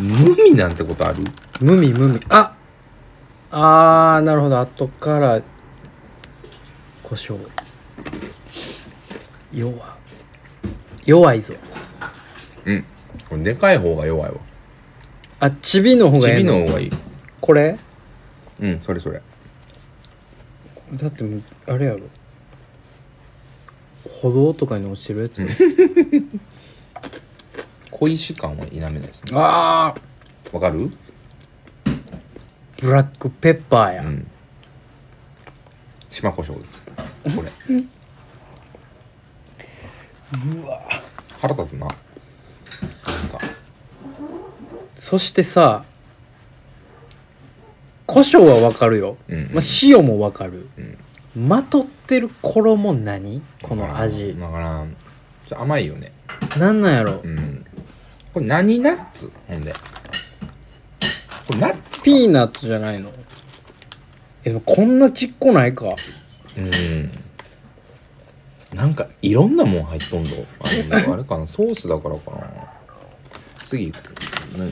無味なんてことある
無味無味ああーなるほど後から胡椒弱弱いぞ
うんこれでかい方が弱いわ
あチビの方が
チ
ええ
ビ
の
の方がいい
これ
うんそれそれ
だってもうあれやろ歩道とかに落ちてるやつ、
小石感は否めないですね
ああ
わかる
ブラックペッパーや、
うん島胡椒ですこれ
[laughs] うわ
腹立つななんか
そしてさ胡椒はわかるよ、
うんうん
まあ、塩もわかる、
ん
まとってる衣何この味
だからんちょっと甘いよね
なんなんやろ、
うんこれ何ナッツほんでこれナッツ
ピーナッツじゃないのえでもこんなちっこないか
うんなんかいろんなもん入っとんどあれあれかなソースだからかな次何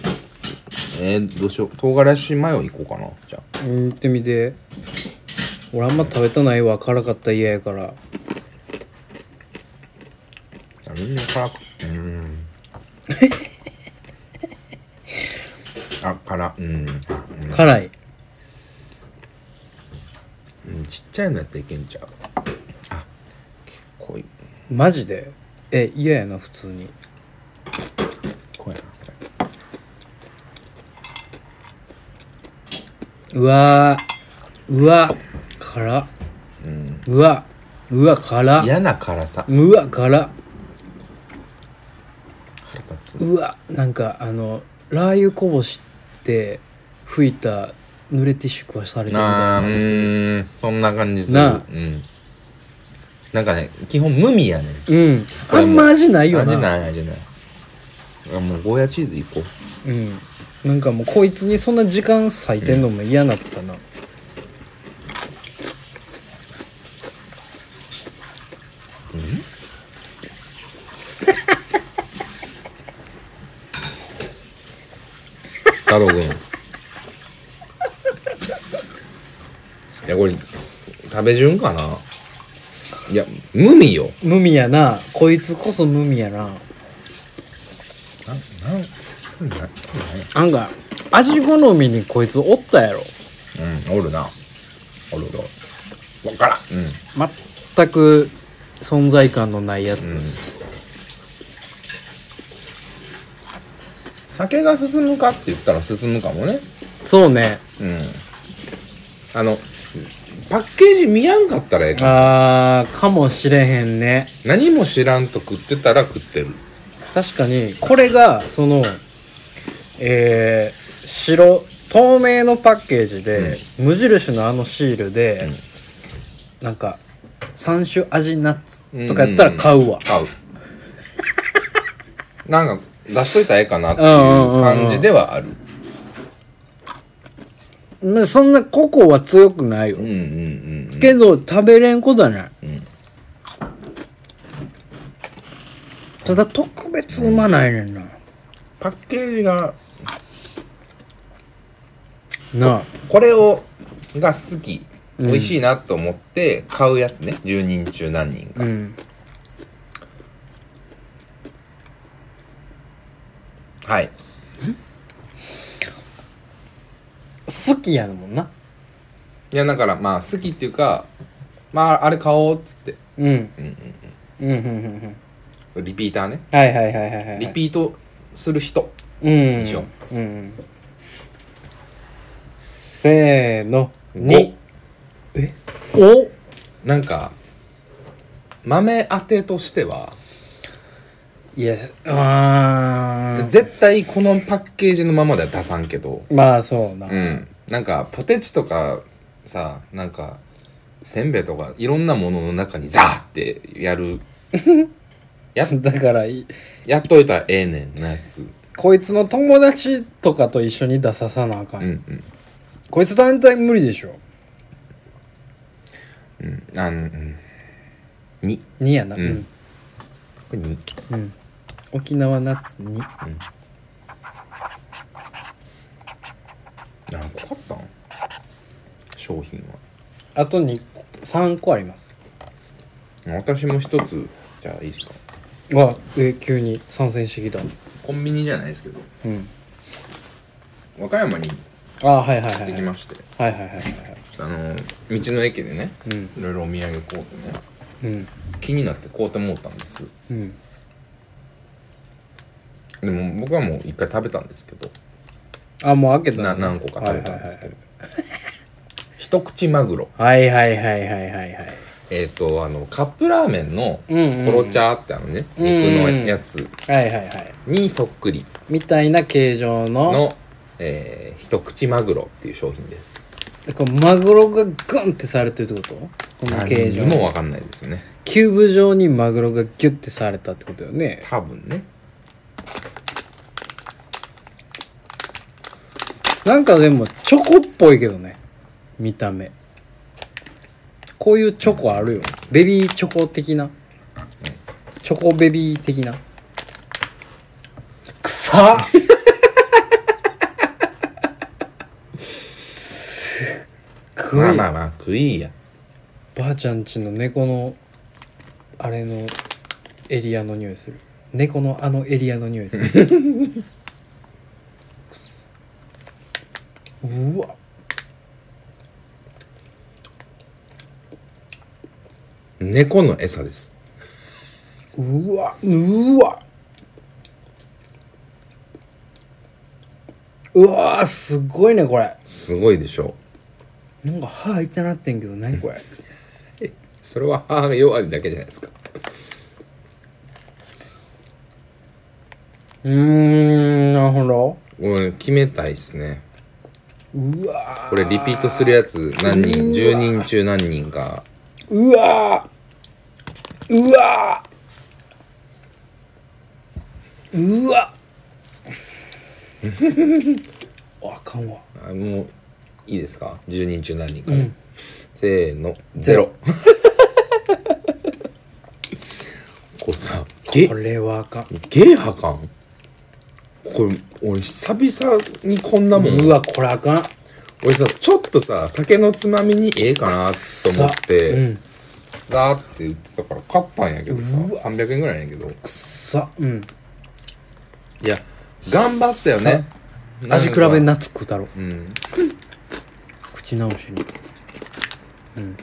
えー、どうしよう唐辛子マヨいこうかなじゃあ
うん行ってみて俺あんま食べたないわ辛かったら嫌やから
あみんな辛くうーんあ辛うんあ
辛い
うん、うん、ちっちゃいのやったらいけんちゃうあ結構い
マジでえ嫌やな普通に
こうやなこれ
うわーうわ辛っうわうわ辛っ
嫌な辛さ
うわ辛っ
腹立つ
うわなんかあのラー油こぼして吹いた濡れティッシュ食わされてるみた
あ
い
ー
な
うーんそんな感じする
なあ
うんなんかね基本無味やね
うん
こ
あ
れ
ん
もう
ま味ないよな
味ない味ないあもうゴーヤチーズいこう
うんなんかもうこいつにそんな時間割いてんのも嫌なってたな、
太郎くん
[laughs]
いやこれ食べ順かないや無味よ
無味やなこいつこそ無味やな
ななんな
なんか味好みにこいつおったやろ
うんおるなおるおるわからんうん
全く存在感のないやつ、
酒が進むかって言ったら進むかもね
そうね
うんあのパッケージ見やんかったらええか
あーかもしれへんね
何も知らんと食ってたら食ってる
確かにこれがそのえー、白透明のパッケージで、無印のあのシールで、なんか3種味ナッツとかやったら買うわ、
[laughs] 買うなんか出しといたらええかなっていう感じではある
まあそんなココは強くないよ、
うんうんうん
けど食べれんことはない、
ん
ただ特別うまないねんな、
パッケージが
なあ
これをが好き美味しいなと思って買うやつね、10人中何人か、
うん
はい
好きやもんない
やだからまあ好きっていうかまああれ買おうっつって
うん
うんうん
うんうんうん
うんリピーターね
うんはいはいはいはいはい
リピートする人
うん
でしょ
うんせーの
に
にえお
なんか豆当てとしてはい
やあー
絶対このパッケージのままでは出さんけど
まあそうな、
うんなんかポテチとかさなんかせんべいとかいろんなものの中にザーってやるや
だからい
やっといたらええねんなやつ
こいつの友達とかと一緒に出ささなあか、
うんん
こいつ単体無理でしょ
うんうんあのうん2こ
2やな
うん
うん、
れ2
うん沖縄ナッツ2
何個買ったん商品は
あと2 3個あります
私も一つじゃあいいですか
わえ急に参戦してきた
コンビニじゃないですけど
うん
和歌山に行
ああはいはいはいは
っ
い
てきまして、
はいはいはいはい
あの道の駅でね
う
い
ん
ろいろお土産買うてね
うん
気になって買うてもうたんです
うん
でも僕はもう一回食べたんですけど
あもう開けた
な何個か食べたんですけど、一口マグロ
はいはいはいはいはいはい
えっ、とあのカップラーメンの
うんうん
コロチャーってあのね、
うん
肉のやつ
はいはいはい
にそっくり
みたいな形状の
の、えー一口マグロっていう商品です
こうマグロがグンってされてるってことこの形
何
状
にもわかんないですよね
キューブ状にマグロがギュッてされたってことよね
多分ね
なんかでもチョコっぽいけどね見た目こういうチョコあるよベビーチョコ的なチョコベビー的な臭っすっご
まあ
い
まあまあ食いや
ばあちゃんちの猫のあれのエリアの匂いする猫のあのエリアの匂いするくそうわ
猫の餌です
うわうわうわーすごいねこれ
すごいでしょ
なんか歯開いてなってんけど何これ
うそれは歯が弱いだけじゃないですか
うーんなるほど
俺決めたいですね
うわ
これリピートするやつ何人10人中何人か
ーうわーうわーうわあかんわ
あもういいですか10人中何人か
う
ね、
ん
せーのゼロ [laughs] これさゲ
これはあかん
ゲーハかんこれ俺久々にこんなもん、
うわこれあかん
俺さちょっとさ酒のつまみにええかなと思って、
さうん
ザーって売ってたから買ったんやけどさ
うわ
300円ぐらいなんやけどい
くっさうん
や頑張ったよねなん
味
か
比べなつくだろ
うん
口直しにうん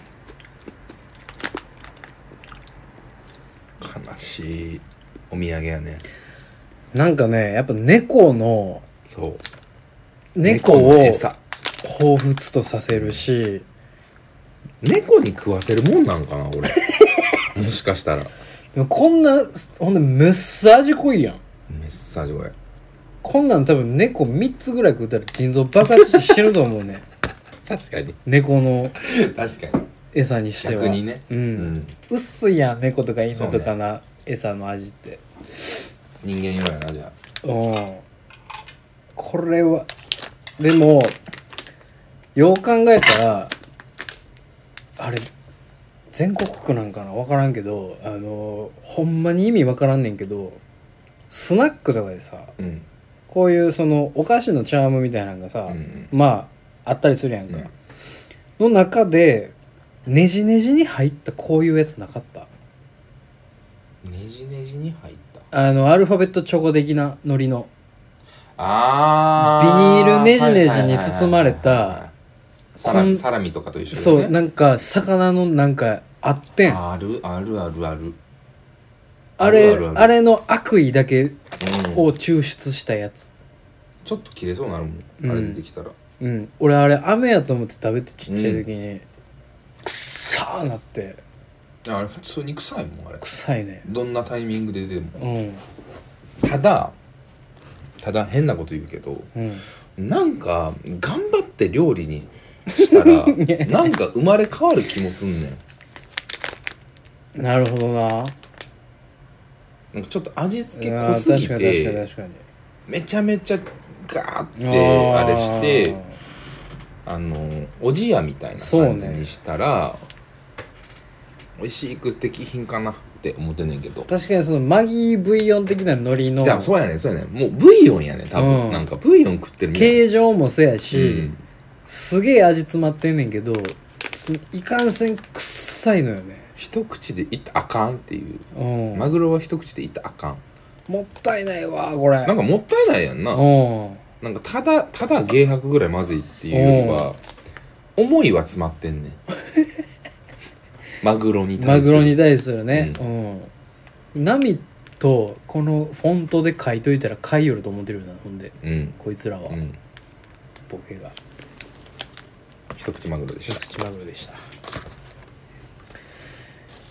悲しいお土産やね
なんかねやっぱ猫の
そう
猫を
の餌
彷彿とさせるし
猫に食わせるもんなんかな俺 [laughs] もしかしたら
でもこんなほんでめっさ味濃いやん
メッサージこれ
こんなん多分猫3つぐらい食ったら腎臓爆発して死ぬと思
[laughs]
うね
確かに
猫の
確かに
餌にしては
逆にね
う、
うんん
薄いやん猫とか犬とかな、餌の味って
人間用やなじゃ
うんこれはでもよう考えたらあれ全国区なんかな分からんけどあのほんまに意味分からんねんけどスナックとかでさ
あうん
こういうそのお菓子のチャームみたいなのがさ、
うん
まああったりするやんか、
うん
の中でねじねじに入ったこういうやつなかった
ねじねじに入った
あのアルファベットチョコ的な海苔の
あ
ビニールねじねじに包まれた
サラ
こん
サラミとかと一緒
そう
だよね
なんか魚のなんかあってんあ
あるあるあるある
れ
あ
あ
るある
れの悪意だけ
うん
を抽出したやつ
ちょっと切れそうになるもん、
うん
あれ出てきたら
うん俺あれ飴やと思って食べてちっちゃい時に、くっさーなって
いやあれ普通に臭いもんあれ
臭いね
どんなタイミングで出ても
うん
ただただ変なこと言うけど
うん
なんか頑張って料理にした [laughs] らなんか生まれ変わる気もすんねん
なるほどな
なんかちょっと味付け
う
濃
わ
すぎ
確かに確か
て
に確かに
めちゃめちゃガーって
ー
あれしてあのおじやみたいな
そうね
感じにしたら、美味しくできひんかなって思ってんねんけど
確かにそのマギーブイヨン的な海苔の
じゃあそうやねんそうやねんもうブイヨンやねん多分、
うん
なんかブイヨン食ってるみたいな
形状もそうやし、
うん
すげえ味詰まってんねんけどいかんせん臭いのよね
一口でいったらあかんっていう
うん
マグロは一口でいったらあかん
もったいないわこれ
なんかもったいないやんな
うん
なんかただただ芸白ぐらいまずいっていうよりは思いは詰まってん
[laughs]
ねんマグロに
マ
対す
グ
る
ロに対するねうん、波とこのフォントで書いといたら書いよると思ってるよなほんで
うん、
こいつらは、
うん、
ボケが
一口マグロでし
一
た
口マグロでした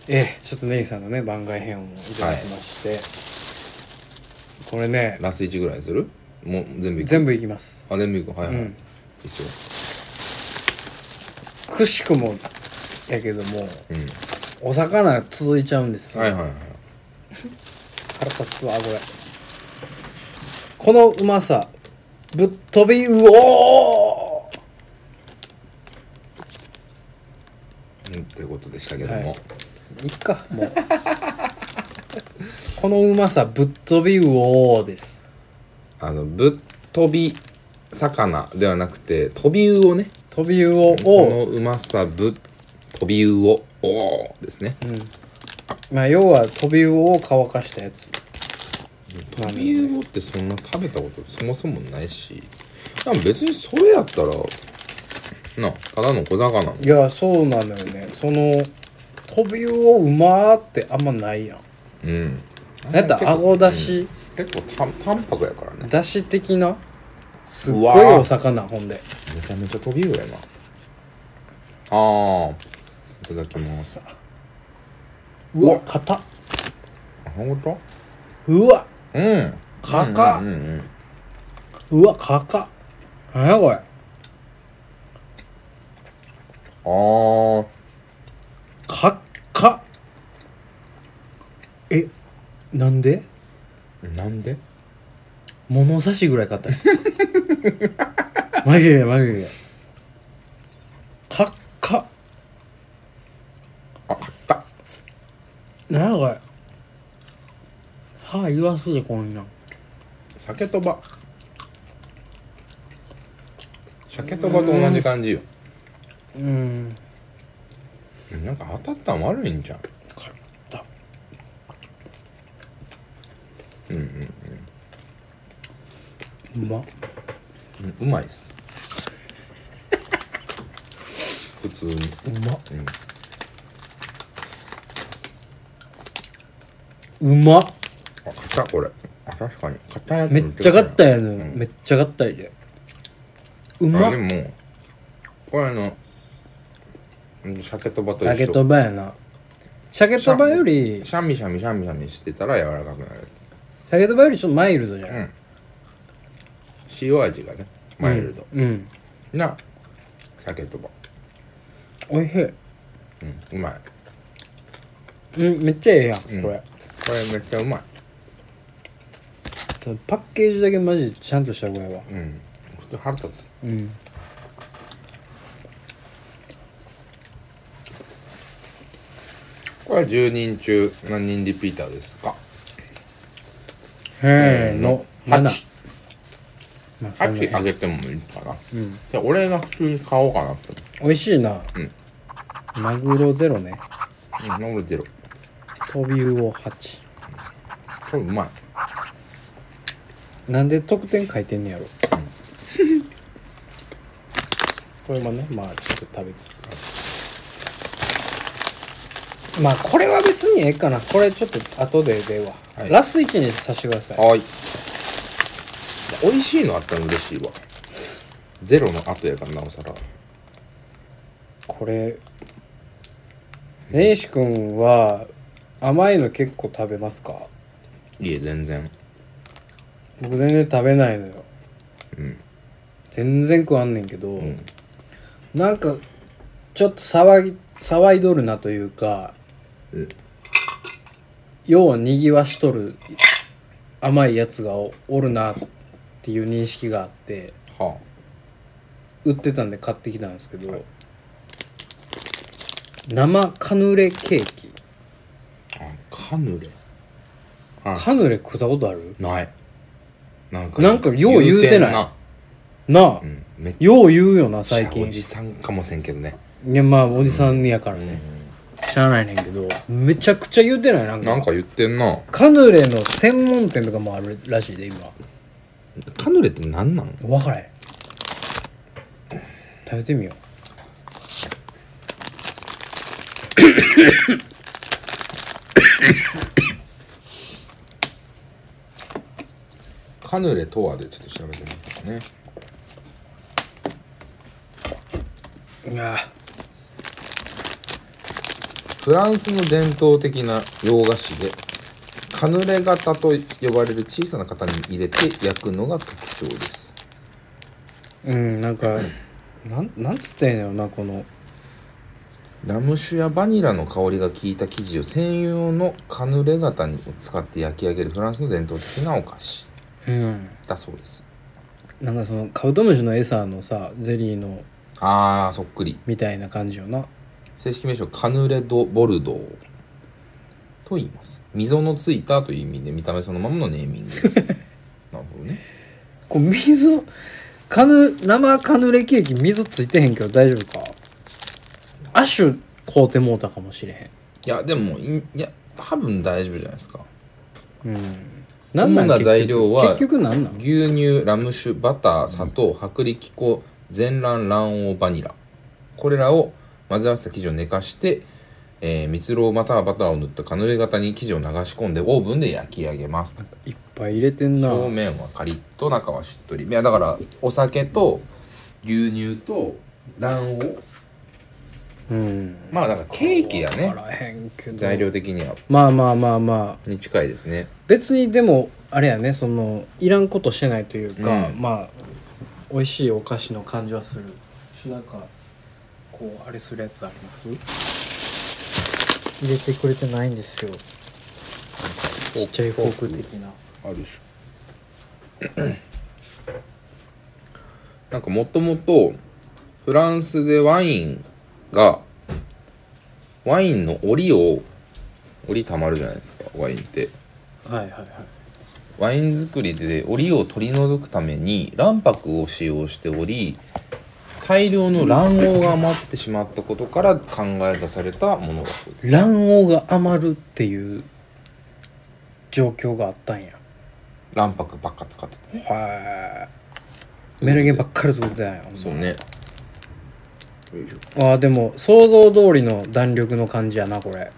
ええちょっとネギさんのね番外編をいただきまして、これね
ラス1ぐらいするもう全部いく
全部いきます、
あ全部いくはいはい、
うん
一緒
くしくもやけども
う
お魚続いちゃうんです
ん
よ、
はいはいはい
腹立つわこれこのうまさぶっ飛びうおー
うんということでしたけども、
はいいっか
[laughs]
もうこのうまさぶっ飛びうおーです
あのぶっ飛び魚ではなくて飛び魚をね
飛びうお
この
を、
うまさぶっ飛び魚おーですね
うん、まあ要は飛びうおを乾かしたやつ
飛び魚ってそんな食べたことそもそもないしでも別にそれやったらなただの小魚の
いやそうなのよねその飛びうおうまーってあんまないやん
うん
なんやったら顎だし、
結構たん淡白やからね
だし的なすっ
う
ご
わ
い
ー
お魚ほんで
めちゃめちゃ飛び魚やなあーいただきます
さうわ硬っ
あほんと
うわ
うん
かか
うんうんうんうん
うわかかなんやこれ
あ
かっかえなんで
ーなんで
物差しぐら
[laughs]
い硬いマジでマジでかっか
ああった
なんやこれ歯言わすでこんなん
鮭とば鮭とばと同じ感じよ
うん
なんか当たったん悪いんじゃん
買った
うんうん
うまっ
うんうまいっす [laughs] 普通に
うまっ
うん
うまっ
あ硬これあ確かに硬いやつ
めっちゃ買ったやね、
うん
めっちゃ買ったやでうま
あ
っ
でもこれあのうん鮭とばと一緒
鮭とばやな鮭とばより
シャミシャミシャミシャミしてたら柔らかくなる
鮭とばよりちょっとマイルドじゃん、
うん塩味がねマイルド、
うん
な鮭とば
おいしい
うんうまい
うんめっちゃええやん、
うん
これ
これめっちゃうまい
ただパッケージだけマジちゃんとした方がええわ
うん普通腹立つ
うん
これは10人中何人リピーターですか
せーの
8
7まあそんな
8あげてもいいかな
うん
じゃあ俺が普通に買おうかなって
美味しいな、マグロゼロね
うん俺出る
トビウオ8
これうまい
なんで得点書いてんねやろこれもねまあちょっと食べつつまあこれは別にええかなこれちょっと後ででええわ、
はい
ラス1にさせてください
はい美味しいのあったら嬉しいわゼロの後やからなおさら
これ根岸君は甘いの結構食べますか
いえ全然
僕全然食べないのよ
うん
全然食わんねんけど、
うん
なんかちょっと騒ぎ騒いどるなというか
うん
ようにぎわしとる甘いやつがおおるなっていう認識があって
は
売ってたんで買ってきたんですけど、
はい
生カヌレケーキ
ああカヌレはい
カヌレ食ったことある
ないなんか
なんかよう言うてない
ん
なあ、
うん、めっち
よう言うよな最
ゃ
近
おじさんかもせんけどね、
いやまあおじさんやからね、しゃあないねんけどめちゃくちゃ言うてないなんか
なんか言ってんな
カヌレの専門店とかもあるらしいで今
カヌレって何なん
分からへん食べてみよ
カヌレとはでちょっと調べてみようかね
ういや
フランスの伝統的な洋菓子でカヌレ型と呼ばれる小さな型に入れて焼くのが特徴です
うんなんかなんなんつったらいいんだろうなこの
ラム酒やバニラの香りが効いた生地を専用のカヌレ型に使って焼き上げるフランスの伝統的なお菓子
うん
だそうです
なんかそのカブトムシの餌のさゼリーの
あーそっくり
みたいな感じよな
正式名称カヌレ・ド・ボルドーと言います溝のついたという意味で見た目そのままのネーミング [laughs] です、ね、なるほどね
こう水カヌ生カヌレケーキ水ついてへんけど大丈夫かアシュ買うてもうたかもしれへ
いやでもいいや多分大丈夫じゃないですか
んうんなんなん
主な
結局
材料は
結局なんなん
牛乳ラム酒バター砂糖薄力粉全卵卵黄バニラこれらを混ぜ合わせた生地を寝かして、えー蜜ろうまたはバターを塗ったカヌレ型に生地を流し込んでオーブンで焼き上げます
いっぱい入れてんな
表面はカリッと中はしっとりいやだからお酒と牛乳と卵黄
うん
まあだからケーキやね
わからへんけど
材料的には
まあまあまあまあ
に近いですね
別にでもあれやねそのいらんことしてないというか、
うん
まあ美味しいお菓子の感じはするしなんかこうあれするやつあります入れてくれてないんですよちっちゃいフォーク的な
あるでしょ [coughs] なんかもともとフランスでワインがワインの檻を檻たまるじゃないですかワインって
はいはいはい
ワイン作りで檻を取り除くために卵白を使用しており大量の卵黄が余ってしまったことから考え出されたものだそうです
卵黄が余るっていう状況があったんや
卵白ばっか使っててね
はいメレンゲばっかり作ってたんや
そうね
あーでも想像通りの弾力の感じやなこれ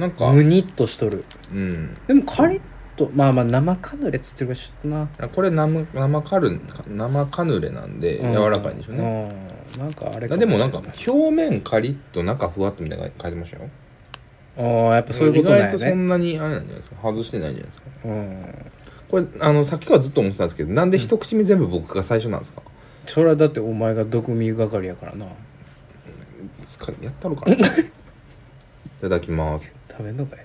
なんか
むにっとしとる
うん
でもカリッとまあまあ生カヌレっつってるからちょっとな
あこれ生生カル生カヌレなんで
うん
柔らかいんでしょうね、
うんなんかあれ
あでもなんか
あ
表面カリッと中ふわっとみたいなの書いてましたよ
あーやっぱそういうこ
意
とだ
外
よ
とそ
ね
んなにあれなんじゃないですか外してないんじゃないですか
うん
これあのさっきからずっと思ってたんですけどなんで一口目全部僕が最初なんですか、
それはだってお前が毒味係やからな
つかやったろ [laughs] かないただきます
食べんのかい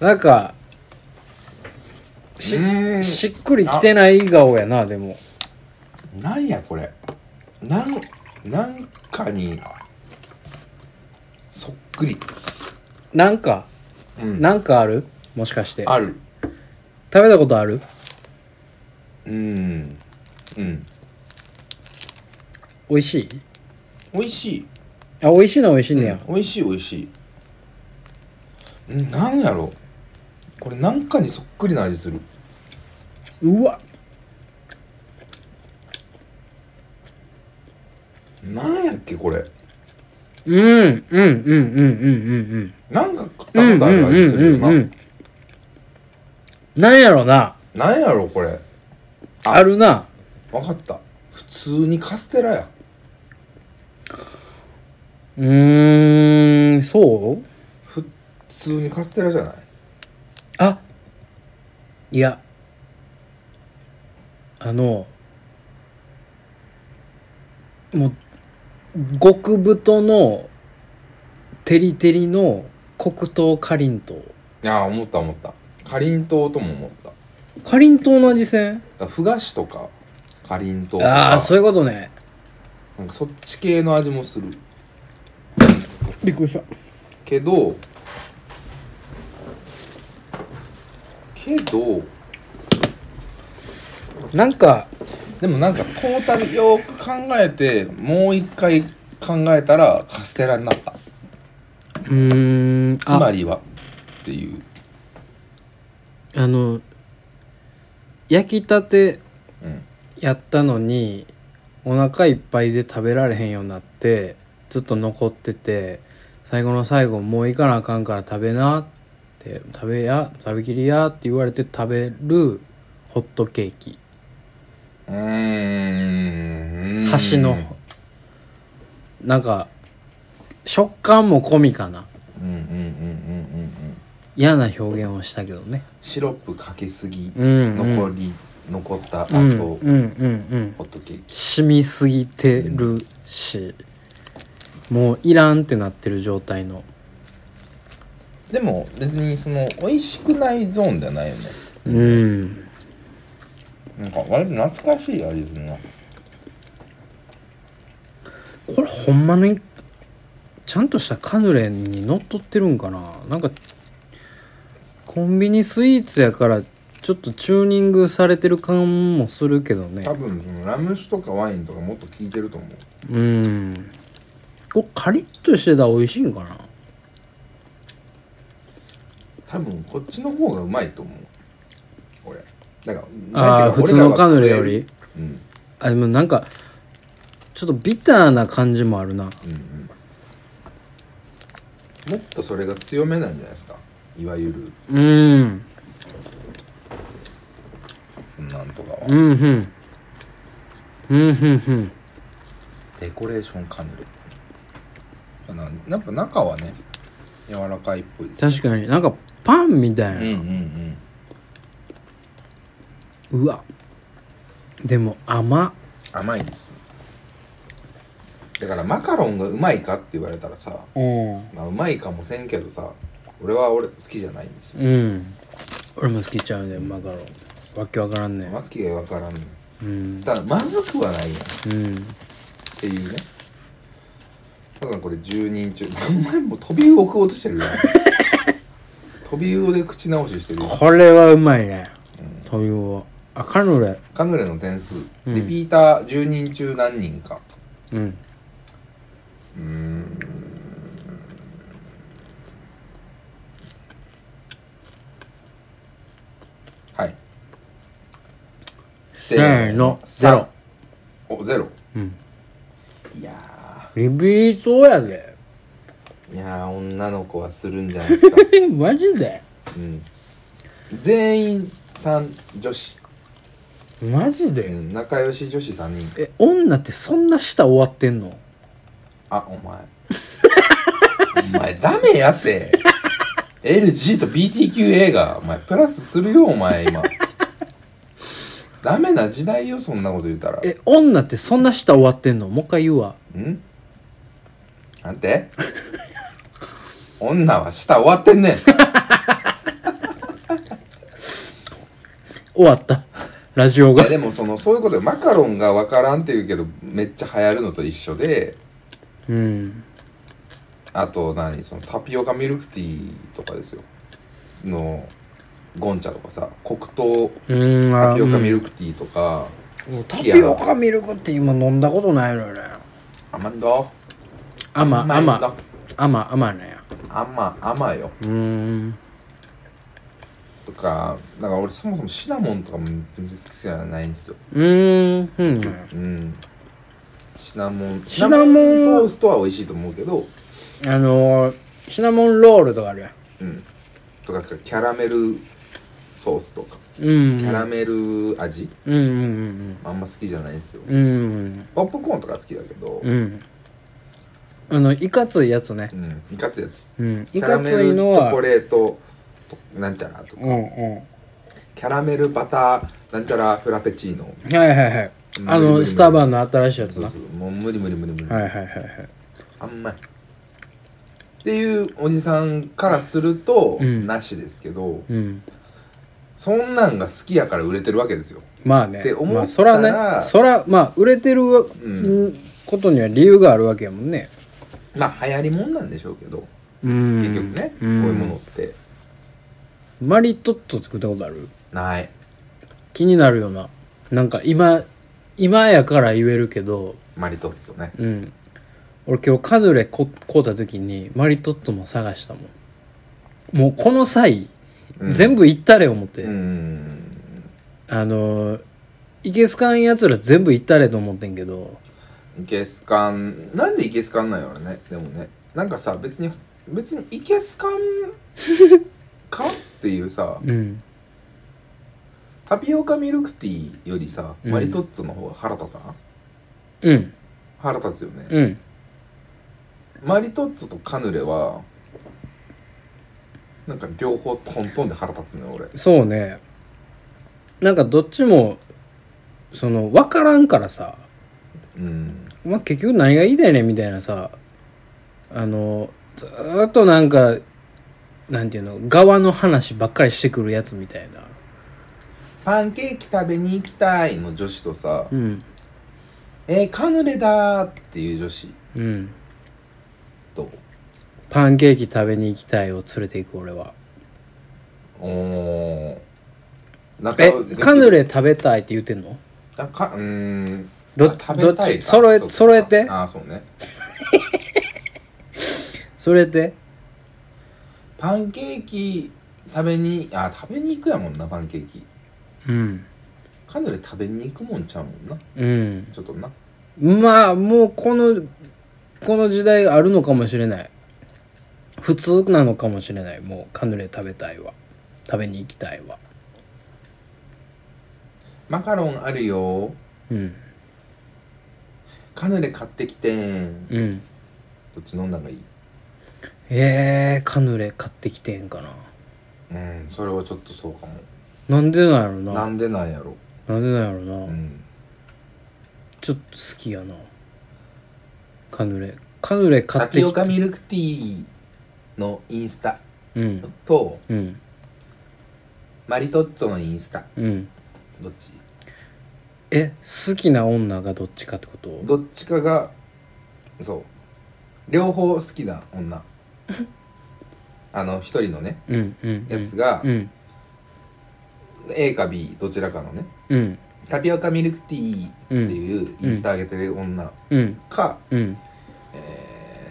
なんかし
ーん
しっくりきてない顔やなでも
なんやこれなんなんかにそっくり、
なんか
うん
なんかあるもしかして
ある
食べたことある
うんうん
美味しい
美味しい
あ美味しいのは美味しいねや、
美味しい美味しいんなんやろこれなんかにそっくりな味する
うわ
なんやっけこれ
うんうんうんうんうんうんうん
なんか食ったことある味するよな、
なんやろな
なんやろこれ
あるな
わかった普通にカステラや
うーんそう
普通にカステラじゃない
あいやあのもう極太のてりてりの黒糖かりんとう
いやー思った思ったかりんとうとも思っただか
かりんとうの味せん
らふ菓子とかかりんとうと
あ
か
あそういうことね
なんかそっち系の味もする
びっくりした
けどけど
なんか
でもなんかトータルよーく考えてもう一回考えたらカステラになった
うーん
つ
あ
まりはっていう
あの焼きたて
うん
やったのにお腹いっぱいで食べられへんようになってずっと残ってて最後の最後もう行かなあかんから食べなって食べや食べきりやって言われて食べるホットケーキ
うーん
端のなんか食感も込みかな
うんうんうんうんうんうん
嫌な表現をしたけどね
シロップかけすぎ、
うんうん
残り残った後、
うんうん
ホ
うんうん
ットケーキ
染みすぎてるしもういらんってなってる状態の
でも別にその美味しくないゾーンじゃないよね
うん
なんか割と懐かしい味ですね
これほんまにちゃんとしたカヌレにのっとってるんかななんかコンビニスイーツやからちょっとチューニングされてる感もするけどね
多分そのラム酒とかワインとかもっと効いてると思う
うんこれカリッとしてたら美味しいんかな
多分こっちの方がうまいと思う俺なんか
ああー普通のカヌレよ、
俺
り
らは食えるうん、
あでもなんかちょっとビターな感じもあるな
もっとそれが強めなんじゃないですかいわゆる
うん
なんとかは、
うんうんうんうんうん
デコレーションカヌレなやっぱ中はね柔らかいっぽいです
確かになんかパンみたいな、
うんうん
うわでも甘
甘いですだからマカロンがうまいかって言われたらさ
うん
まあうまいかもせんけどさ俺は俺好きじゃないんですよ
うん俺も好きちゃうねマカロンわけわからんね
わけわからんね
うん
だからまずくはないやんっ
うん
ていうねただこれ10人中お前もう飛び魚食おうとしてる
[laughs]
やん飛び魚で口直ししてるよ
これはうまいねというはあカヌレ
カヌレの点数
うん
リピーター10人中何人か
うん
うーんはいせ
せーのゼロ
さんおゼロ
うん
いや
リピートや [laughs] で
ーいやー女の子はするんじゃないですか、
マジで
うん、全員3女子、
マジ
う
で
ん、仲良し女子3人
え女ってそんな舌終わってんの
あお前 [laughs] お前ダメやって LG と BTQA がお前プラスするよお前今ダメな時代よそんなこと言ったら
え女ってそんな舌終わってんのもう一回言うわ
んなんて女は舌終わってんねん
終わったラジオ
い
が
やでもそのそういうことでマカロンが分からんって言うけどめっちゃ流行るのと一緒で
うん
あと何そのタピオカミルクティーとかですよのゴンチャとかさ黒糖
うんあ
タピオカミ
う
ル
ん
クティーとか、
もうタ
好き
ピ
や
オカミルクって今飲んだことないのよね
甘いんだ
甘
甘いんだ
甘甘甘ね
甘甘よ
うーん
とかなんか俺そもそもシナモンとかも全然好きじゃないんですよ
うーんうん
うんシナモン
シナモン
トーストは美味しいと思うけど
あのーシナモンロールとかあるやん
うんとかキャラメルソースとか
うん
キャラメル味、
うんうん
あんま好きじゃないんですよ
うんうんうん
ポップコーンとか好きだけど
うんうんあのいかついやつね
うんいかついやつ
うん
キ
い
ャラ
か
メ
つい
ルチ
の
ョ
は
コレートとなんちゃらとか
うんう
キャラメルバターなんちゃらフラペチーノ
んはいはいはいあ
無理無
の
理
スタバの新しいやつ
そう
な
そうもう無理無理無理無理、
はいはいはいはい
あんまりっていうおじさんからすると、
うん
なしですけど
うん
そんなんが好きやから売れてるわけですよ
まあね
って思ったら
まあそらねそらまあ売れてるわ
ん
ことには理由があるわけやもんね
まあ流行りもんなんでしょうけど
うん
結局ね、
ん
こういうものって
マリトッツォって食ったことある
ない
気になるよななんか今今やから言えるけど
マリトッツォね
うん俺今日カヌレこ買うた時にマリトッツォも探したもんもうこの際、
うん
全部行ったれ思って、
うん
あのーいけすかんやつら全部行ったれと思ってんけど
イケスカンなんでイケスカンなんやろねでもねなんかさ別に別にイケスカンかっていうさ
うん
タピオカミルクティーよりさ
うん
マリトッツォの方が腹立たん、
うん
腹立つよね、
うん
マリトッツォとカヌレはなんか両方トントンで腹立つのよ俺
そうねなんかどっちもその分からんからさ
うん
まあ、結局何が言いたいねんみたいなさあのずーっとなんかなんていうの側の話ばっかりしてくるやつみたいな
パンケーキ食べに行きたいの女子とさ
うん
「えー、カヌレだ!」っていう女子
うん
と
パンケーキ食べに行きたいを連れて行く俺は
おー仲
え
良く
カヌレ食べたいって言ってんの
あかうーん
ど
あ食べたい
どっち
か
揃え
そうか
揃えて
ああそうね
それで
パンケーキ食べにあ食べに行くやもんなパンケーキ
うん
カヌレ食べに行くもんちゃうもんな
うん
ちょっとな
まあもうこのこの時代あるのかもしれない普通なのかもしれないもうカヌレ食べたいわ食べに行きたいわ
マカロンあるよ
うん
カヌレ買ってきてん
うん
どっち飲んだ方がいい
えー、カヌレ買ってきてんかな
うんそれはちょっとそうかも
なんでなんやろな
な
なん
んでなんやろ
でなんやろな、
うん
ちょっと好きやなカヌレカヌレ買
タ
って
ピ
き
オカ
て
ミルクティーのインスタ
うん
と
うん
マリトッツォのインスタ
うん
どっち
え好きな女がどっちかってこと
どっちかがそう両方好きな
[laughs]
女あの一人のね
うんうん
やつが
うん、
A か B どちらかのね
うん
タピオカミルクティーっていう
うん
インスタ上げてる女
うん
か、
うん
えー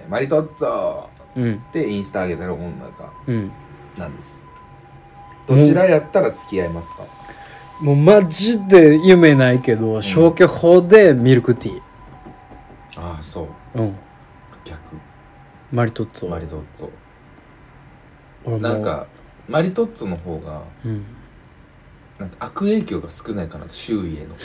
マリトッツォ
うん
ってインスタ上げてる女か
うん
なんですどちらやったら付き合いますか
もうマジで夢ないけど消去法でミルクティ
ああそう
ーうん
逆
マリトッツォ
マリトッツ
俺
ォ
も
なんかマリトッツォの方が
うん
なんか悪影響が少ないかなと周囲への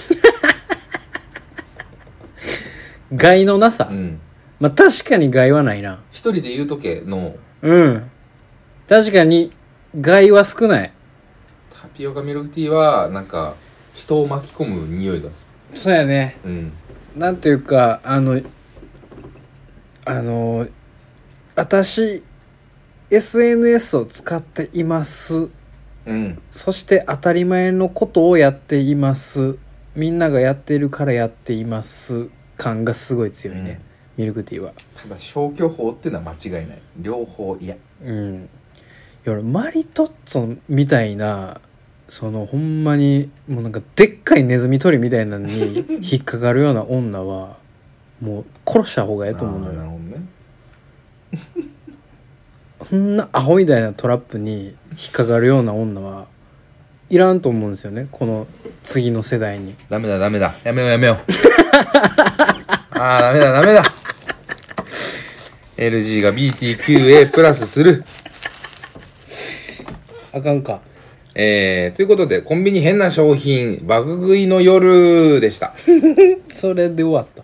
害のなさ、
うん
まあ確かに害はないな
一人で言うとけの
うん確かに害は少ない
タピオカミルクティーはなんか人を巻き込む匂いがす
そうやね
るうん
なんというかあのあの私 SNS を使っています
うん
そして当たり前のことをやっていますみんながやっているからやっています感がすごい強いね、ミルクティーは
ただ消去法ってのは間違いない両方嫌
うんいや俺マリトッツォみたいなそのほんまにもうなんかでっかいネズミ捕りみたいなの
[laughs]
に引っかかるような女はもう殺した方がええと思うの
あーな
よ
るほどね
そんなアホみたいなトラップに引っかかるような女はいらんと思うんですよねこの次の世代に
ダメだダメだやめようやめよう [laughs] ああダメだダメだ LG が BTQA プラスする
あかんか
えー、ということでコンビニ変な商品爆食いの夜でした
それで終わった